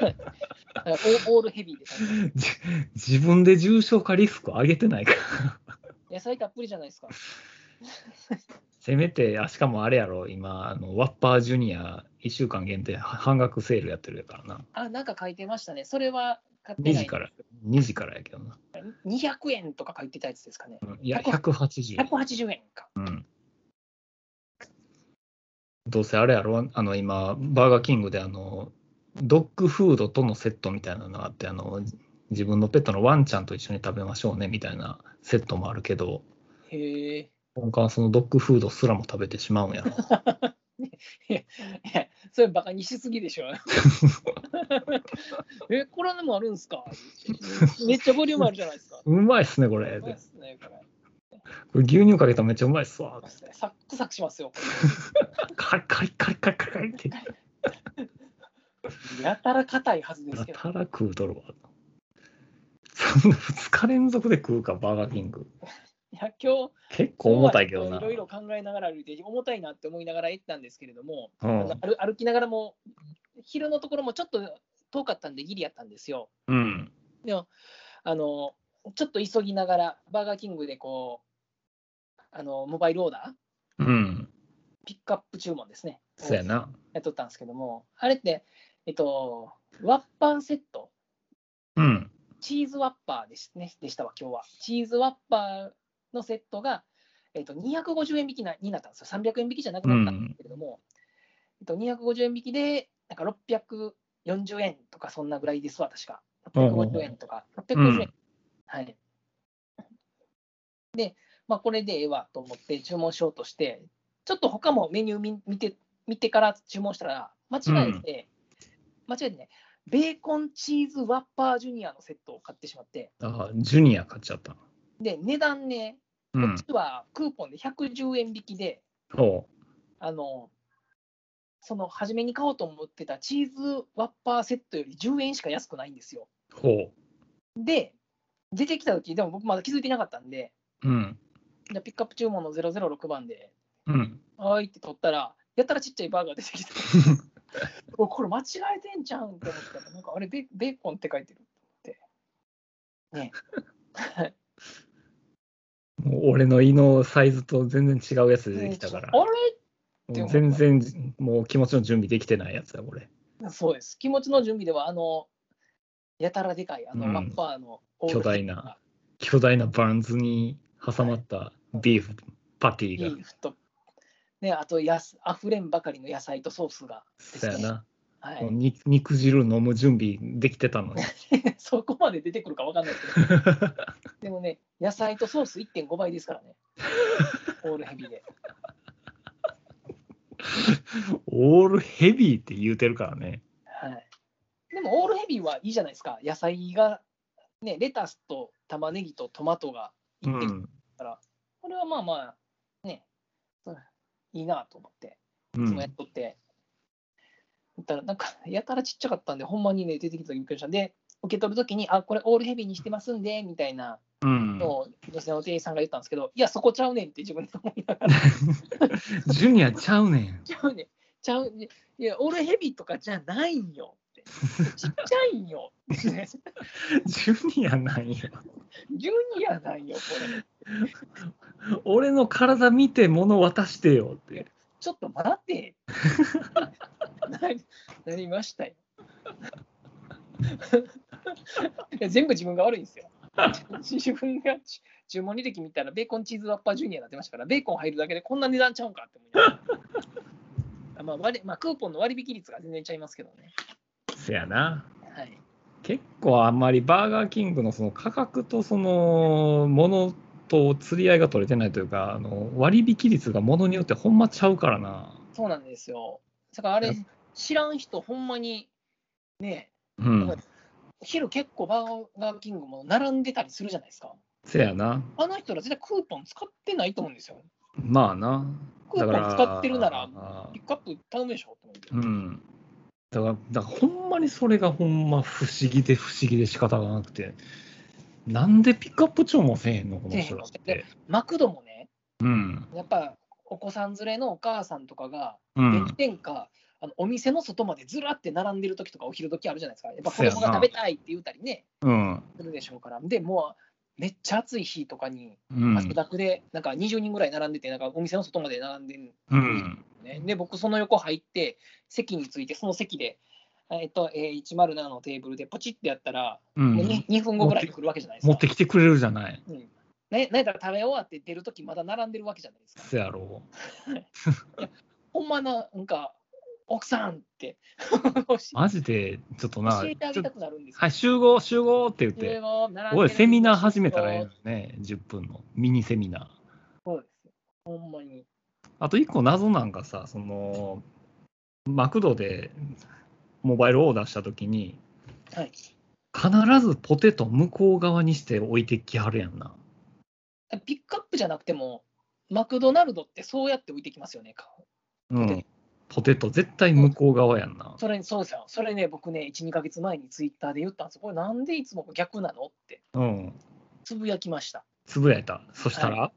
だからオーオールヘビーで食べましじ自分で重症化リスク上げてないから。た野菜たっぷりじゃないですか。せめて、あしかもあれやろ、今、あのワッパージュニア1週間限定半額セールやってるやからな。あ、なんか書いてましたね。それは買って2ない時から、2時からやけどな。 200円とか書いてたやつですかね。いや、 100 180円。 180円か。どうせあれやろ、あの今、バーガーキングであの、ドッグフードとのセットみたいなのがあって、あの自分のペットのワンちゃんと一緒に食べましょうねみたいなセットもあるけど、へえ。 *laughs* 本館はそのドッグフードすらも食べてしまうんやろ。それバカにしすぎでしょ。 *laughs* え、これでもあるん *laughs* すかめっちゃボリュームあるじゃないですか。うまいっすね、これ。うまいっですねこれこれ牛乳かけたらめっちゃうまいっすわ。サックサクしますよ。こカリカリカリカリカリって。れやたら硬いはずですやけ *laughs* ど。たら食うとるわ。そんな2日連続で食うか、バーガーキング。いや今日結構重たいけどな。いろいろ考えながら歩いて、重たいなって思いながら行ったんですけれども、うんあの歩歩きながらも、昼のところもちょっと遠かったんで、ギリやったんですよ。うん。あのちょっと急ぎながら、バーガーキングでこう、あのモバイルオーダー、うん。ピックアップ注文ですね。そうやな。やっとったんですけども、あれって、えっと、ワッパンセット、うん。チーズワッパーですね、でしたわ、今日は。チーズワッパーのセットが、えっと、250円引きなになったんですよ。300円引きじゃなくなったんですけれども、えっと、250円引きで、なんか640円とか、そんなぐらいですわ、確か。650円とか、650円。うんはい。で、まあ、これでええわと思って注文しようとして、ちょっと他もメニュー見見て見てから注文したら、間違えて、間違えてね、ベーコンチーズワッパージュニアのセットを買ってしまって、あ、ジュニア買っちゃった。で、値段ね、うこんっ。ちはクーポンで110円引きで、そあの、その初めに買おうと思ってたチーズワッパーセットより10円しか安くないんですよ。う。ほで、出てきたとき、でも僕まだ気づいてなかったんで、う。うん。じゃあピックアップ注文の006番で、うん。はーいって取ったら、やったらちっちゃいバーガー出てき *laughs* た。おこれ間違えてんじゃうんって思ったら、なんかあれベ、ベーコンって書いてるって。ね。もう俺の胃のサイズと全然違うやつ出てきたから。あもう全然もう気持ちの準備できてないやつだ、これ。れそうです。気持ちの準備では、あの、やたらでかい、あうの、んワッパーの、巨大な。巨大なバンズに挟まったビーフパテビィが。ーフと、ね、あとやす、あふれんばかりの野菜とソースが。そうやな。はもうい、肉肉汁飲む準備できてたのに。 *laughs* そこまで出てくるかわかんないですけど、 *laughs* でもね、野菜とソース1.5倍ですからね。オールヘビーで。オールヘビーって言うてるからね。はい、でもオールヘビーはいいじゃないですか。野菜が、ね、レタスと玉ねぎとトマトがういってきたん。から、これはまあまあ、ね、そういいなと思って、ういつもやっん、とって。だったらなんか、やたらちっちゃかったんで、ほんまにね、出てきた時びっくりした。で、受け取るときに、あ、これオールヘビーにしてますんで、みたいなうんのを女性の店員さんが言ったんですけど、いや、そこちゃうねんって自分で思いながら。ジュニアちゃうねん。ちゃうね。ちゃうね。いや、俺ヘビとかじゃないんよって。ちっちゃいんよって。ジュニアなんよ。ジュニアなんよ、これ。俺の体見て物渡してよって。ちょっと待って。 *laughs* ななりましたよ。 *laughs* いや全部自分が悪いんですよ。自分が注注文履歴見たらベーコンチーズワッパージュニアになってましたから、ベーコン入るだけでこんな値段ちゃうんかって思いながら *laughs* まあ割れまあ、クーポンの割引率が全然ちゃいますけどね。せやな。はい、結構あんまりバーガーキングのその価格とその物と釣り合いが取れてないというか、あの割引率が物によってほんまちゃうからな。そうなんですよ。だからあれ、知らん人、ほんまにうん。昼結構バーガーキングも並んでたりするじゃないですか。せやな。あの人ら絶対クーポン使ってないと思うんですよ。まあな。クーポン使ってるなら、あピックアップ頼むでしょって思うんでうん。だから、だからほんまにそれがほんま不思議で不思議で仕方がなくて、なんでピックアップ調もせえへんの、この人らっせえへんて。マクドもね、うん。やっぱお子さん連れのお母さんとかが、う弁ん。天か、あのお店の外までずらって並んでる時とか、お昼時あるじゃないですか。やっぱそ子うやな供が食べたいって言うたりね、うん。するでしょうから。で、もう、めっちゃ暑い日とかに、うん汗だくで、なんか20人ぐらい並んでて、なんかお店の外まで並んでるうん。ね、で、僕、その横入って、席について、その席で、えっと、えー107のテーブルでポチってやったら、うもうんに 2, 分後ぐらいに来るわけじゃないです持か。ってきてくれるじゃない。うんね、なんやったら食べ終わって出るときまだ並んでるわけじゃないですか。せやろほんまな、なんか、奥さんって、う。マジで、ちょっとな、教ちえてあょげったとくなるんですはい、集合、集合って言っいろいて、ろ並んでるおい、セミナー始めたらええのにね、10分のミニセミナー。そうですよ。ほんまに。あと一個謎なんかさ、その、マクドでモバイルオーダーしたときに、はい。必ずポテト向こう側にして置いてきはるやんな。ピックアップじゃなくても、マクドナルドってそうやって置いてきますよね、顔うポテん。ポテト絶対向こう側やんな。それ、そうですよ。それね、僕ね、1、2ヶ月前にツイッターで言ったんですよ。これなんでいつも逆なのって、うん。つぶやきました。つぶやいた。そしたら、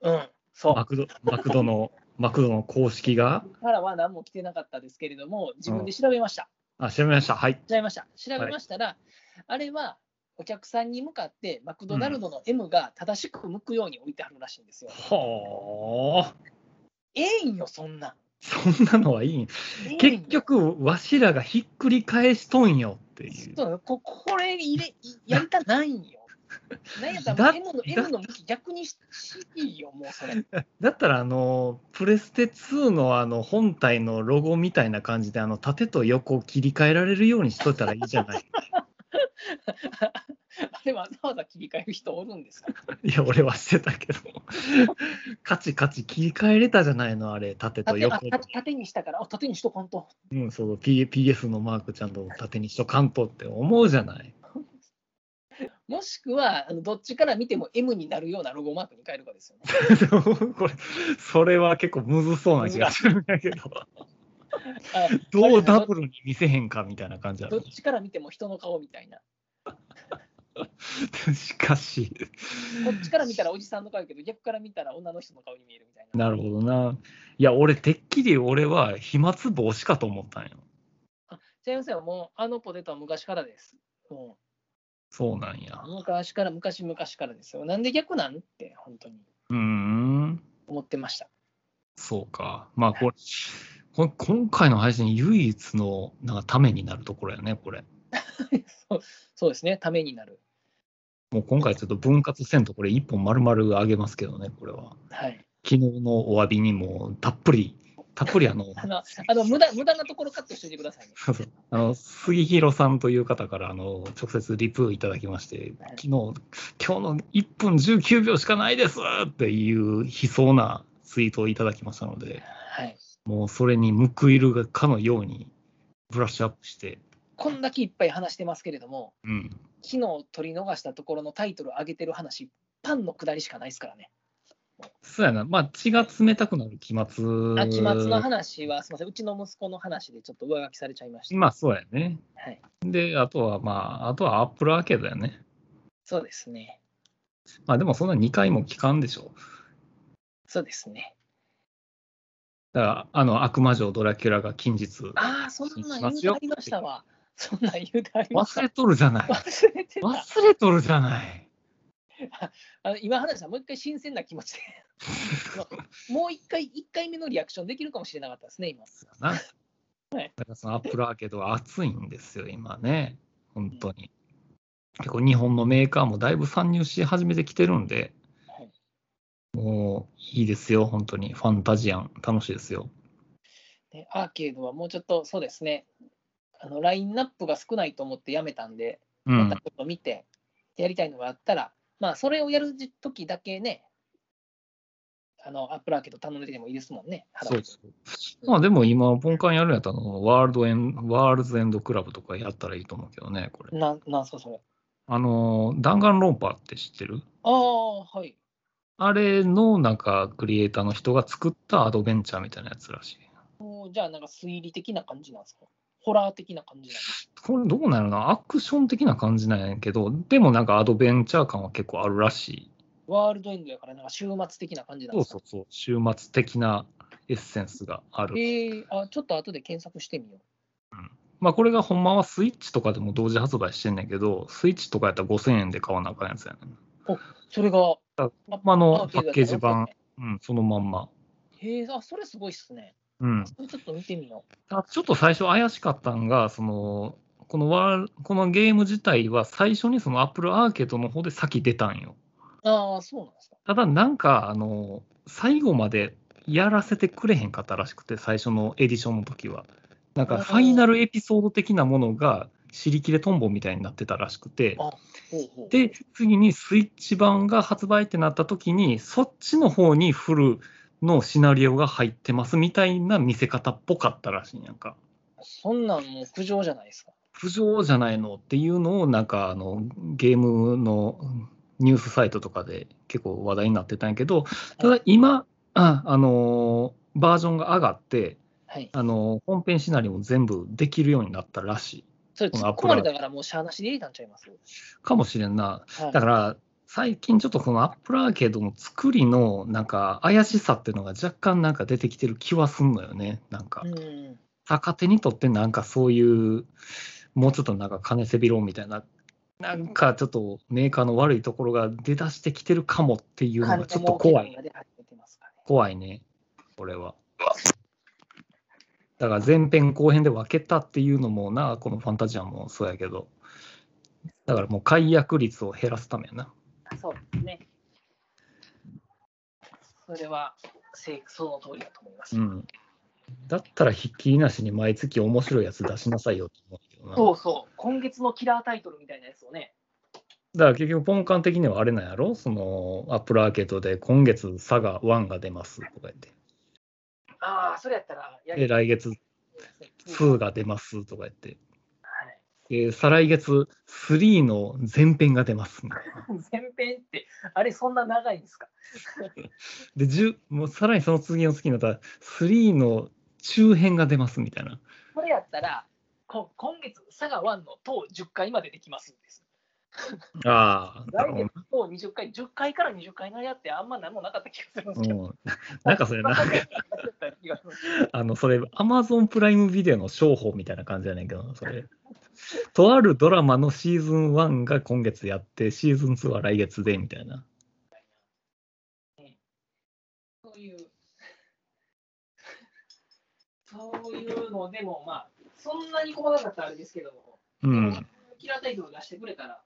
うん。そう。マクド、マクドの、マクドの公式が、からは何も来てなかったですけれども、自分で調べました。あ、調べました。はい。調べました。調べましたら、あれはお客さんに向かってマクドナルドの M が正しく向くように置いてあるらしいんですよ。ほー。ええんよ、そんなん。そんなのはいいん。ええんよ結、局、わしらがひっくり返しとんよっていう。そうここれ入れやりたないん *laughs* よ。なんやったらだ M の M の向き逆にししていいよ、もうそれ。だったらあのプレステ2のあの本体のロゴみたいな感じであの縦と横を切り替えられるようにしといたらいいじゃない *laughs* あれわざわざ切り替える人おるんですかいや俺はしてたけどカチカチ切り替えれたじゃないのあれ縦と縦あ横縦縦にしたから、あ縦にしとかんと。 *laughs* うんそう P- PS のマークちゃんと縦にしとかんとって思うじゃない *laughs* もしくは、あのどっちから見ても M になるようなロゴマークに変えるかですよね。でもこれそれは結構むずそうな気がするんだけどあ *laughs* どうダブルに見せへんかみたいな感じだ *laughs* どっちから見ても人の顔みたいな。しかしこっちから見たらおじさんの顔やけど、逆から見たら女の人の顔に見えるみたいな。なるほどな。いや、俺、てっきり俺は飛沫防止かと思ったんよ。ちなみにさもうあのポテトは昔からです。もそうなんやう。昔から、昔々からですよ。なんで逆なんって、本当にうーん、思ってました。そうか。まあ、これ、こ今回の配信、唯一のなんかためになるところやね、これ。そうそうですね、ためになる。もう今回ちょっと分割せんと、これ一本丸々あげますけどね、これは。はい。昨日のお詫びにもたっぷり、たっぷりあの、あの、あの無駄無駄なところカットしておいてくださいね。そうそうあの杉弘さんという方からあの直接リプいただきまして、はい昨日今日の1分19秒しかないですっていう悲壮なツイートをいただきましたので、はい。もうそれに報いるかのようにブラッシュアップして、こんだけいっぱい話してますけれども、うん、昨日取り逃したところのタイトル上げてる話、パンのくだりしかないですからね。そうやな、まあ、血が冷たくなる期末、あ、期末の話は、すみません、うちの息子の話でちょっと上書きされちゃいました。まあそうやね。はいで、あとは、まあ、あとはアップルアーケードやね。そうですね。まあでもそんな2回も聞かんでしょ。そうですね。だから、あの、悪魔城ドラキュラが近日。ああ、そんなん言うてありましたわ。そんなん言うてありまし忘た。れとるじゃない。忘れてた。忘れとるじゃない。 *laughs* あの今話したもう一回新鮮な気持 *laughs* ちで。あのもう一回、一回目のリアクションできるかもしれなかったですね、今。ですよな。だからそのアップルアーケードは熱いんですよ、今ね。本当に。結構日本のメーカーもだいぶ参入し始めてきてるんで、はいもういいですよ、本当に。ファンタジアン、楽しいですよ。ね、アーケードはもうちょっと、そうですね、あのラインナップが少ないと思ってやめたんで、うまんたちょっと見て、やりたいのがあったら、まあ、それをやるときだけね、あの、アップルアーケード頼んでてもいいですもんね。そうそう。まあでも今、ポンカンやるんやったら、ワールドエン、ワールズエンドクラブとかやったらいいと思うけどね、これ。なん、なんすか、それ。あの、弾丸論破って知ってるああ、はい。あれのなんかクリエイターの人が作ったアドベンチャーみたいなやつらしい。おじゃあ、なんか推理的な感じなんですかホラー的な感じなんですこれどうなるなアクション的な感じなんやけど、でもなんかアドベンチャー感は結構あるらしい。かワールドエンドやから、なんか週末的な感じなんそうですそかうそう。週末的なエッセンスがある。えー、あちょっと後で検索してみよまあこれがほんまはスイッチとかでも同時発売してんねんけど、スイッチとかやったら5000円で買わなあかんやつやねん。う。それが、ほんまのーケードやったパッらケージ版、うん、そのまんま。へえ、あ、それすごいっすね。うん。それちょっと見てみよう。ただちょっと最初怪しかったんが、その、このワールこのゲーム自体は最初にその Apple アーケードの方で先出たんよ。ああ、そうなんですか。ただなんかあの最後までやらせてくれへんかったらしくて最初のエディションの時はなんおかーファイナルエピソード的なものが尻切れトンボみたいになってたらしくてあほうほうで次にスイッチ版が発売ってなった時にそっちの方にフルのシナリオが入ってますみたいな見せ方っぽかったらしいんやんかそんなんもう苦情じゃないですか。不条じゃないのっていうのをなんかあのゲームのうんニュースサイトとかで結構話題になってたんやけどただ今、ああのーバージョンが上がって、はい。あのー本編シナリオも全部できるようになったらしそれ突っ込まれたからもうしゃあなしでいいなんちゃいます。いかもしれんな。はい、だから、最近ちょっとこのアップルアーケードの作りのなんか怪しさっていうのが若干なんか出てきてる気はすんのよね。なんかう、ん。逆手にとってなんかそういう、もうちょっとなんか金せびろみたいな、なんかちょっとメーカーの悪いところが出だしてきてるかもっていうのがちょっと怖い金儲け論。が出始めてますからね怖いね、これは。だから前編後編で分けたっていうのもな、このファンタジアンもそうやけど、だからもう解約率を減らすためやな。あそうですね。それは、せその通りだと思います。うん。だったらひっきりなしに毎月面白いやつ出しなさいよと思うけどな。そうそう。今月のキラータイトルみたいなやつをね。だから結局、ポンカン的にはあれなんやろその、アップルアーケードで今月、佐賀1が出ますとか言って。ああ、それやったらやりで、来月、は2が出ますとか言って。いで、再来月、3の前編が出ますみたいな。前編って、あれそんな長いんですかで、10もうさらにその次の月になったら、3の中編が出ますみたいな。これやったら、こ今月、佐賀1の当10回までできますんです。ああ、なる来ほど月当20回、10回から20回のやってあんま何もなかった気がするんですけな。ど。うん、なんかそれな、 *laughs* 気がしますあの、それ、アマゾンプライムビデオの商法みたいな感じじゃないけどな、それ。とあるドラマのシーズン1が今月やって、シーズン2は来月で、みたいな。そういう、そういうのでも、まあ、そんなに細かかったらあれですけども、うん。キラータイトル出してくれたら、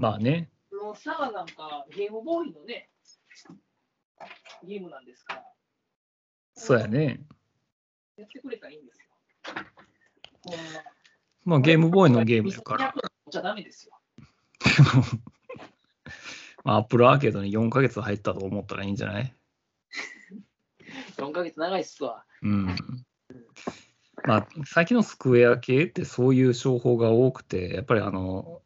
まあね。もう佐賀なんかゲームボーイのね、ゲームなんですから、そうやね。やってくれたらいいんですよ。ほんままあ、ゲームボーイのゲームやから。じゃダメですよ。まあ、アップルアーケードに4ヶ月入ったと思ったらいいんじゃない4ヶ月長いっすわ。うんまあ、最近のスクエア系ってそういう商法が多くて、やっぱりあの、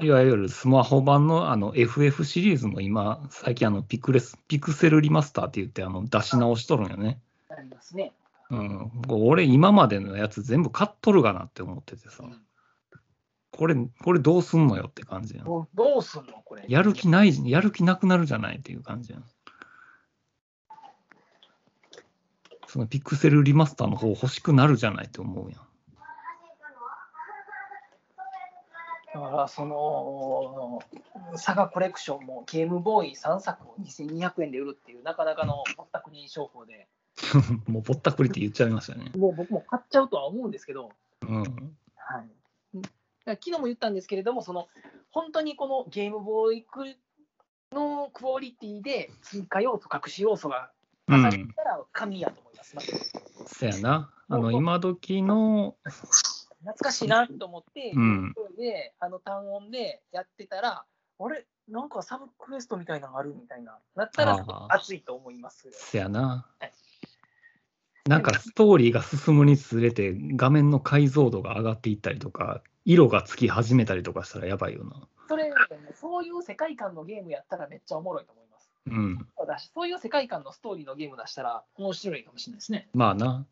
いわゆるスマホ版のあの FF シリーズも今、最近あのピクレス、ピクセルリマスターって言ってあの出し直しとるんよね。なりますね。うん、俺今までのやつ全部買っとるがなって思っててさ、これ、これどうすんのよって感じやん。どうどうすんのこれ。やる気ない、やる気なくなるじゃないっていう感じやん。そのピクセルリマスターの方欲しくなるじゃないって思うやん。だからその佐賀コレクションもゲームボーイ3作を2200円で売るっていうなかなかのぼったくり商法で *laughs* もうぼったくりって言っちゃいましたね。もう僕も買っちゃうとは思うんですけど、うはん。い、だから昨日も言ったんですけれどもその本当にこのゲームボーイクのクオリティで追加要素隠し要素がう足されん。たら神やと思います、そやな。あもの、う今時の、懐かしいなと思って、うんであの単音でやってたら、あれ、なんかサブクエストみたいなのあるみたいな、なったあらー熱いと思います。そやなはい。なんかストーリーが進むにつれて画面の解像度が上がっていったりとか、色がつき始めたりとかしたらやばいよな。それ、そういう世界観のゲームやったらめっちゃおもろいと思います。うん。だし、そういう世界観のストーリーのゲーム出したら面白いかもしれないですね。まあな。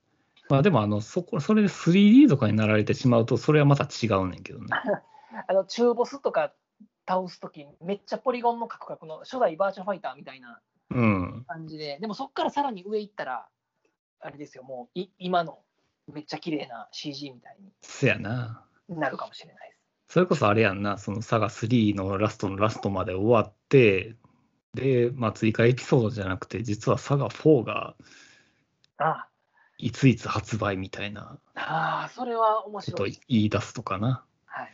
まあでも、あの、そこ、それで 3D とかになられてしまうと、それはまた違うねんけどね。あの中ボスとか倒すとき、めっちゃポリゴンのカクカクの初代バーチャファイターみたいなうん。感じで、でもそこからさらに上行ったら、あれですよ、もうい今のめっちゃ綺麗な CG みたいにそやな。なるかもしれないです。それこそあれやんな、そのサガ3のラストのラストまで終わって、で、まあ、追加エピソードじゃなくて、実はサガ4があいついつ発売みたいなああ、それは面こ白とい。言い出すとかな。はい、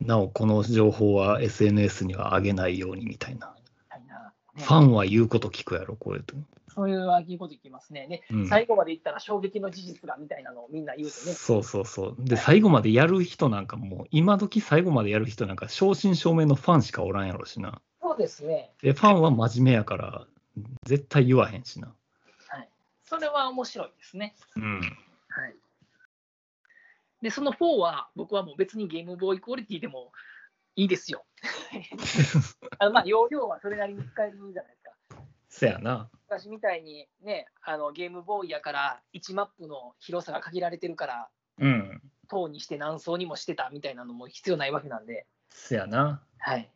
なお、この情報は SNS には上げないようにみたいな。はいなフねァンは言うこと聞くやろ、これと。そういうあきこといきますね。ねうん最後まで言ったら衝撃の事実がみたいなのをみんな言うとね、そうそうそう。で、最後までやる人なんかもう、今時最後までやる人なんか、正真正銘のファンしかおらんやろしな。そうですね、で、ファンは真面目やから、絶対言わへんしな。はい、それは面白いですね。 *laughs* うん。はい、で、その4は僕はもう別にゲームボーイクオリティでもいいですよ。あのまあ容量はそれなりに使えるじゃないですか。そやな。昔みたいにね、あのゲームボーイやから1マップの広さが限られてるから、うん。塔にして何層にもしてたみたいなのも必要ないわけなんで。そやな。はい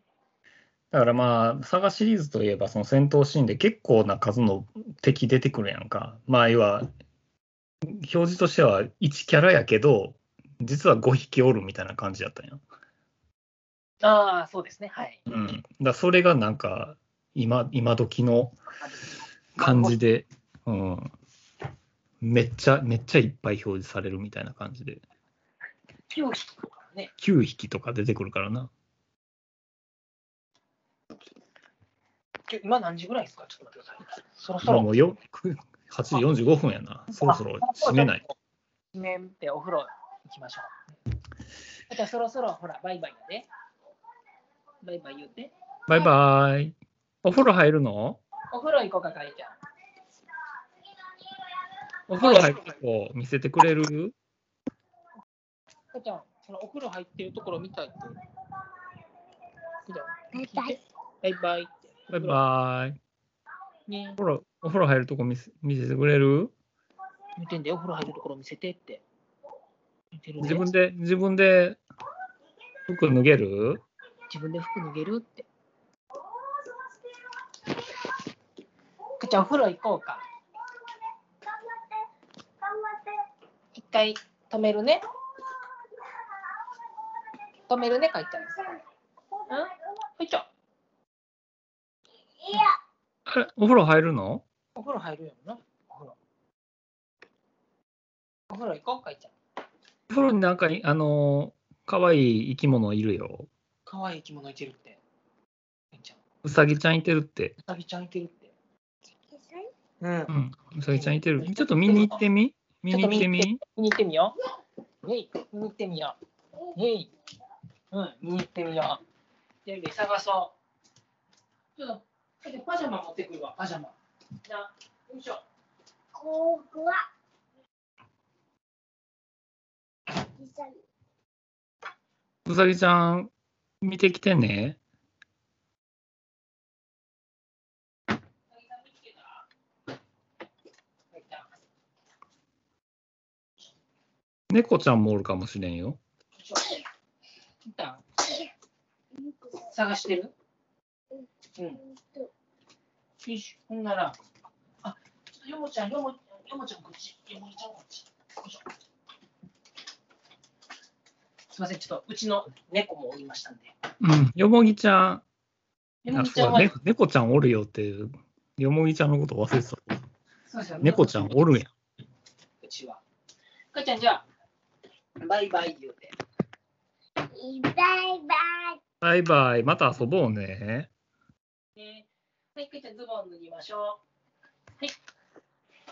だからまあ、サガシリーズといえば、その戦闘シーンで結構な数の敵出てくるやんか。まあ、要は、表示としては1キャラやけど、実は5匹おるみたいな感じやったんや。ああ、そうですね。はい。うん。だからそれがなんか、今、今時の感じで、うん。めっちゃ、めっちゃいっぱい表示されるみたいな感じで。 9匹とかね。 9匹とか出てくるからな。きゅ今何時ぐらいですかちょっと待ってください。そろそ今ろ。もうよ8時45分やな。そろそろ閉めない。。閉めてお風呂行きましょう。じゃあそろそろほら、バイバイやで。バイバイ言うて。バイバーイ。お風呂入るのお風呂行こうか、かいちゃん。お風呂入るとこ見せてくれるかいちゃん、そのお風呂入ってるところ見たいって。見たバイババイ。イバイって。バイバーイ。イ。ねお、風呂お風呂入るとこ見せ見せてくれる見てんで、お風呂入るところ見せてって。見てるで自分で、自分で服脱げる自分で服脱げるって。くちゃん、お風呂行こうか。一回止めるね。止めるね、かいちゃん。うんかいちゃん、あれお風呂入るのお風呂入るよな。お風呂。お風呂行こう、かいちゃん。お風呂になんかい、あのー、かわいい生き物いるよ。かわいい着物いてるって。かいちゃん、うさぎちゃんいてるってう。さぎちゃんいてるって。うんう。ん、うさぎちゃんいてる。ちょっと見に行ってみ見に行ってみ見に行ってみよう。ねい、見に行ってみよう。ねい。うん、見に行ってみよう。で、で探そう。ちょっと、でパジャマ持ってくるわ、パジャマ。な、よいしょ。怖っうさぎちゃん、見てきてね。猫ちゃんもおるかもしれんよ。見た探してるうん。よいしょ、ほんなら。あ、ちょっとよもちゃん、よも、よもちゃんこっち。よもちゃんこっち。よいしょ。すいません、ちょっとうちの猫もおりましたんで。うん、よもぎちゃん、よあもぎちそゃうんだは、ね、猫ちゃんおるよって、よもぎちゃんのこと忘れてた。そうですよ猫ちゃんおるんや。うちは。かちゃん、じゃあ、バイバイ言うて。いバイバイ。バイバイ、また遊ぼうね。ねはい、かちゃん、ズボン脱ぎましょう。はい。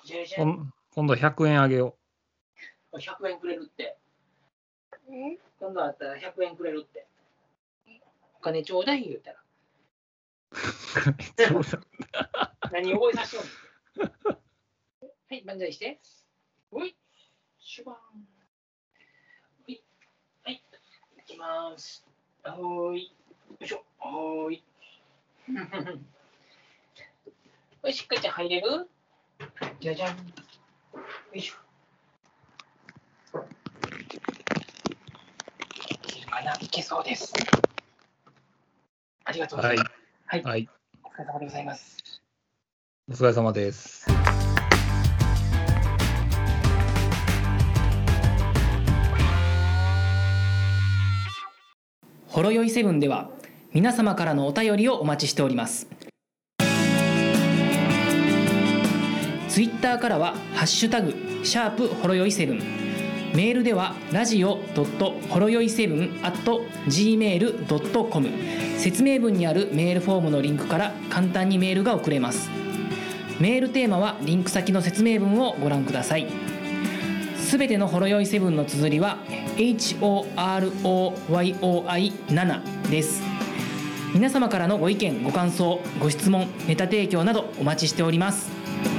ジュルジこュルん今度100円あげよ100円くれるって。うん今度あったら100円くれるって。お金ちょうだい言うたら。う。何を覚えさせようはい、万歳して。おい、シュバーン。おい、はい、いきます。おーい、よいしょ、おーい。 *laughs* おい、しっかりちゃん入れるじゃじゃん。よいしょ。いけるかないけそうです。ありがとうございます。 *laughs* はい、はい、お疲れ様でございます。お疲れ様です。ほろよいセブンでは皆様からのお便りをお待ちしておりますツイッターからは「ハッシュタグシャープほろよいセブン」メールではラジオドットほろよいセブン at gmail.com 説明文にあるメールフォームのリンクから簡単にメールが送れますメールテーマはリンク先の説明文をご覧くださいすべてのほろ酔いセブンの綴りは HOROYOI7 です皆様からのご意見ご感想ご質問ネタ提供などお待ちしております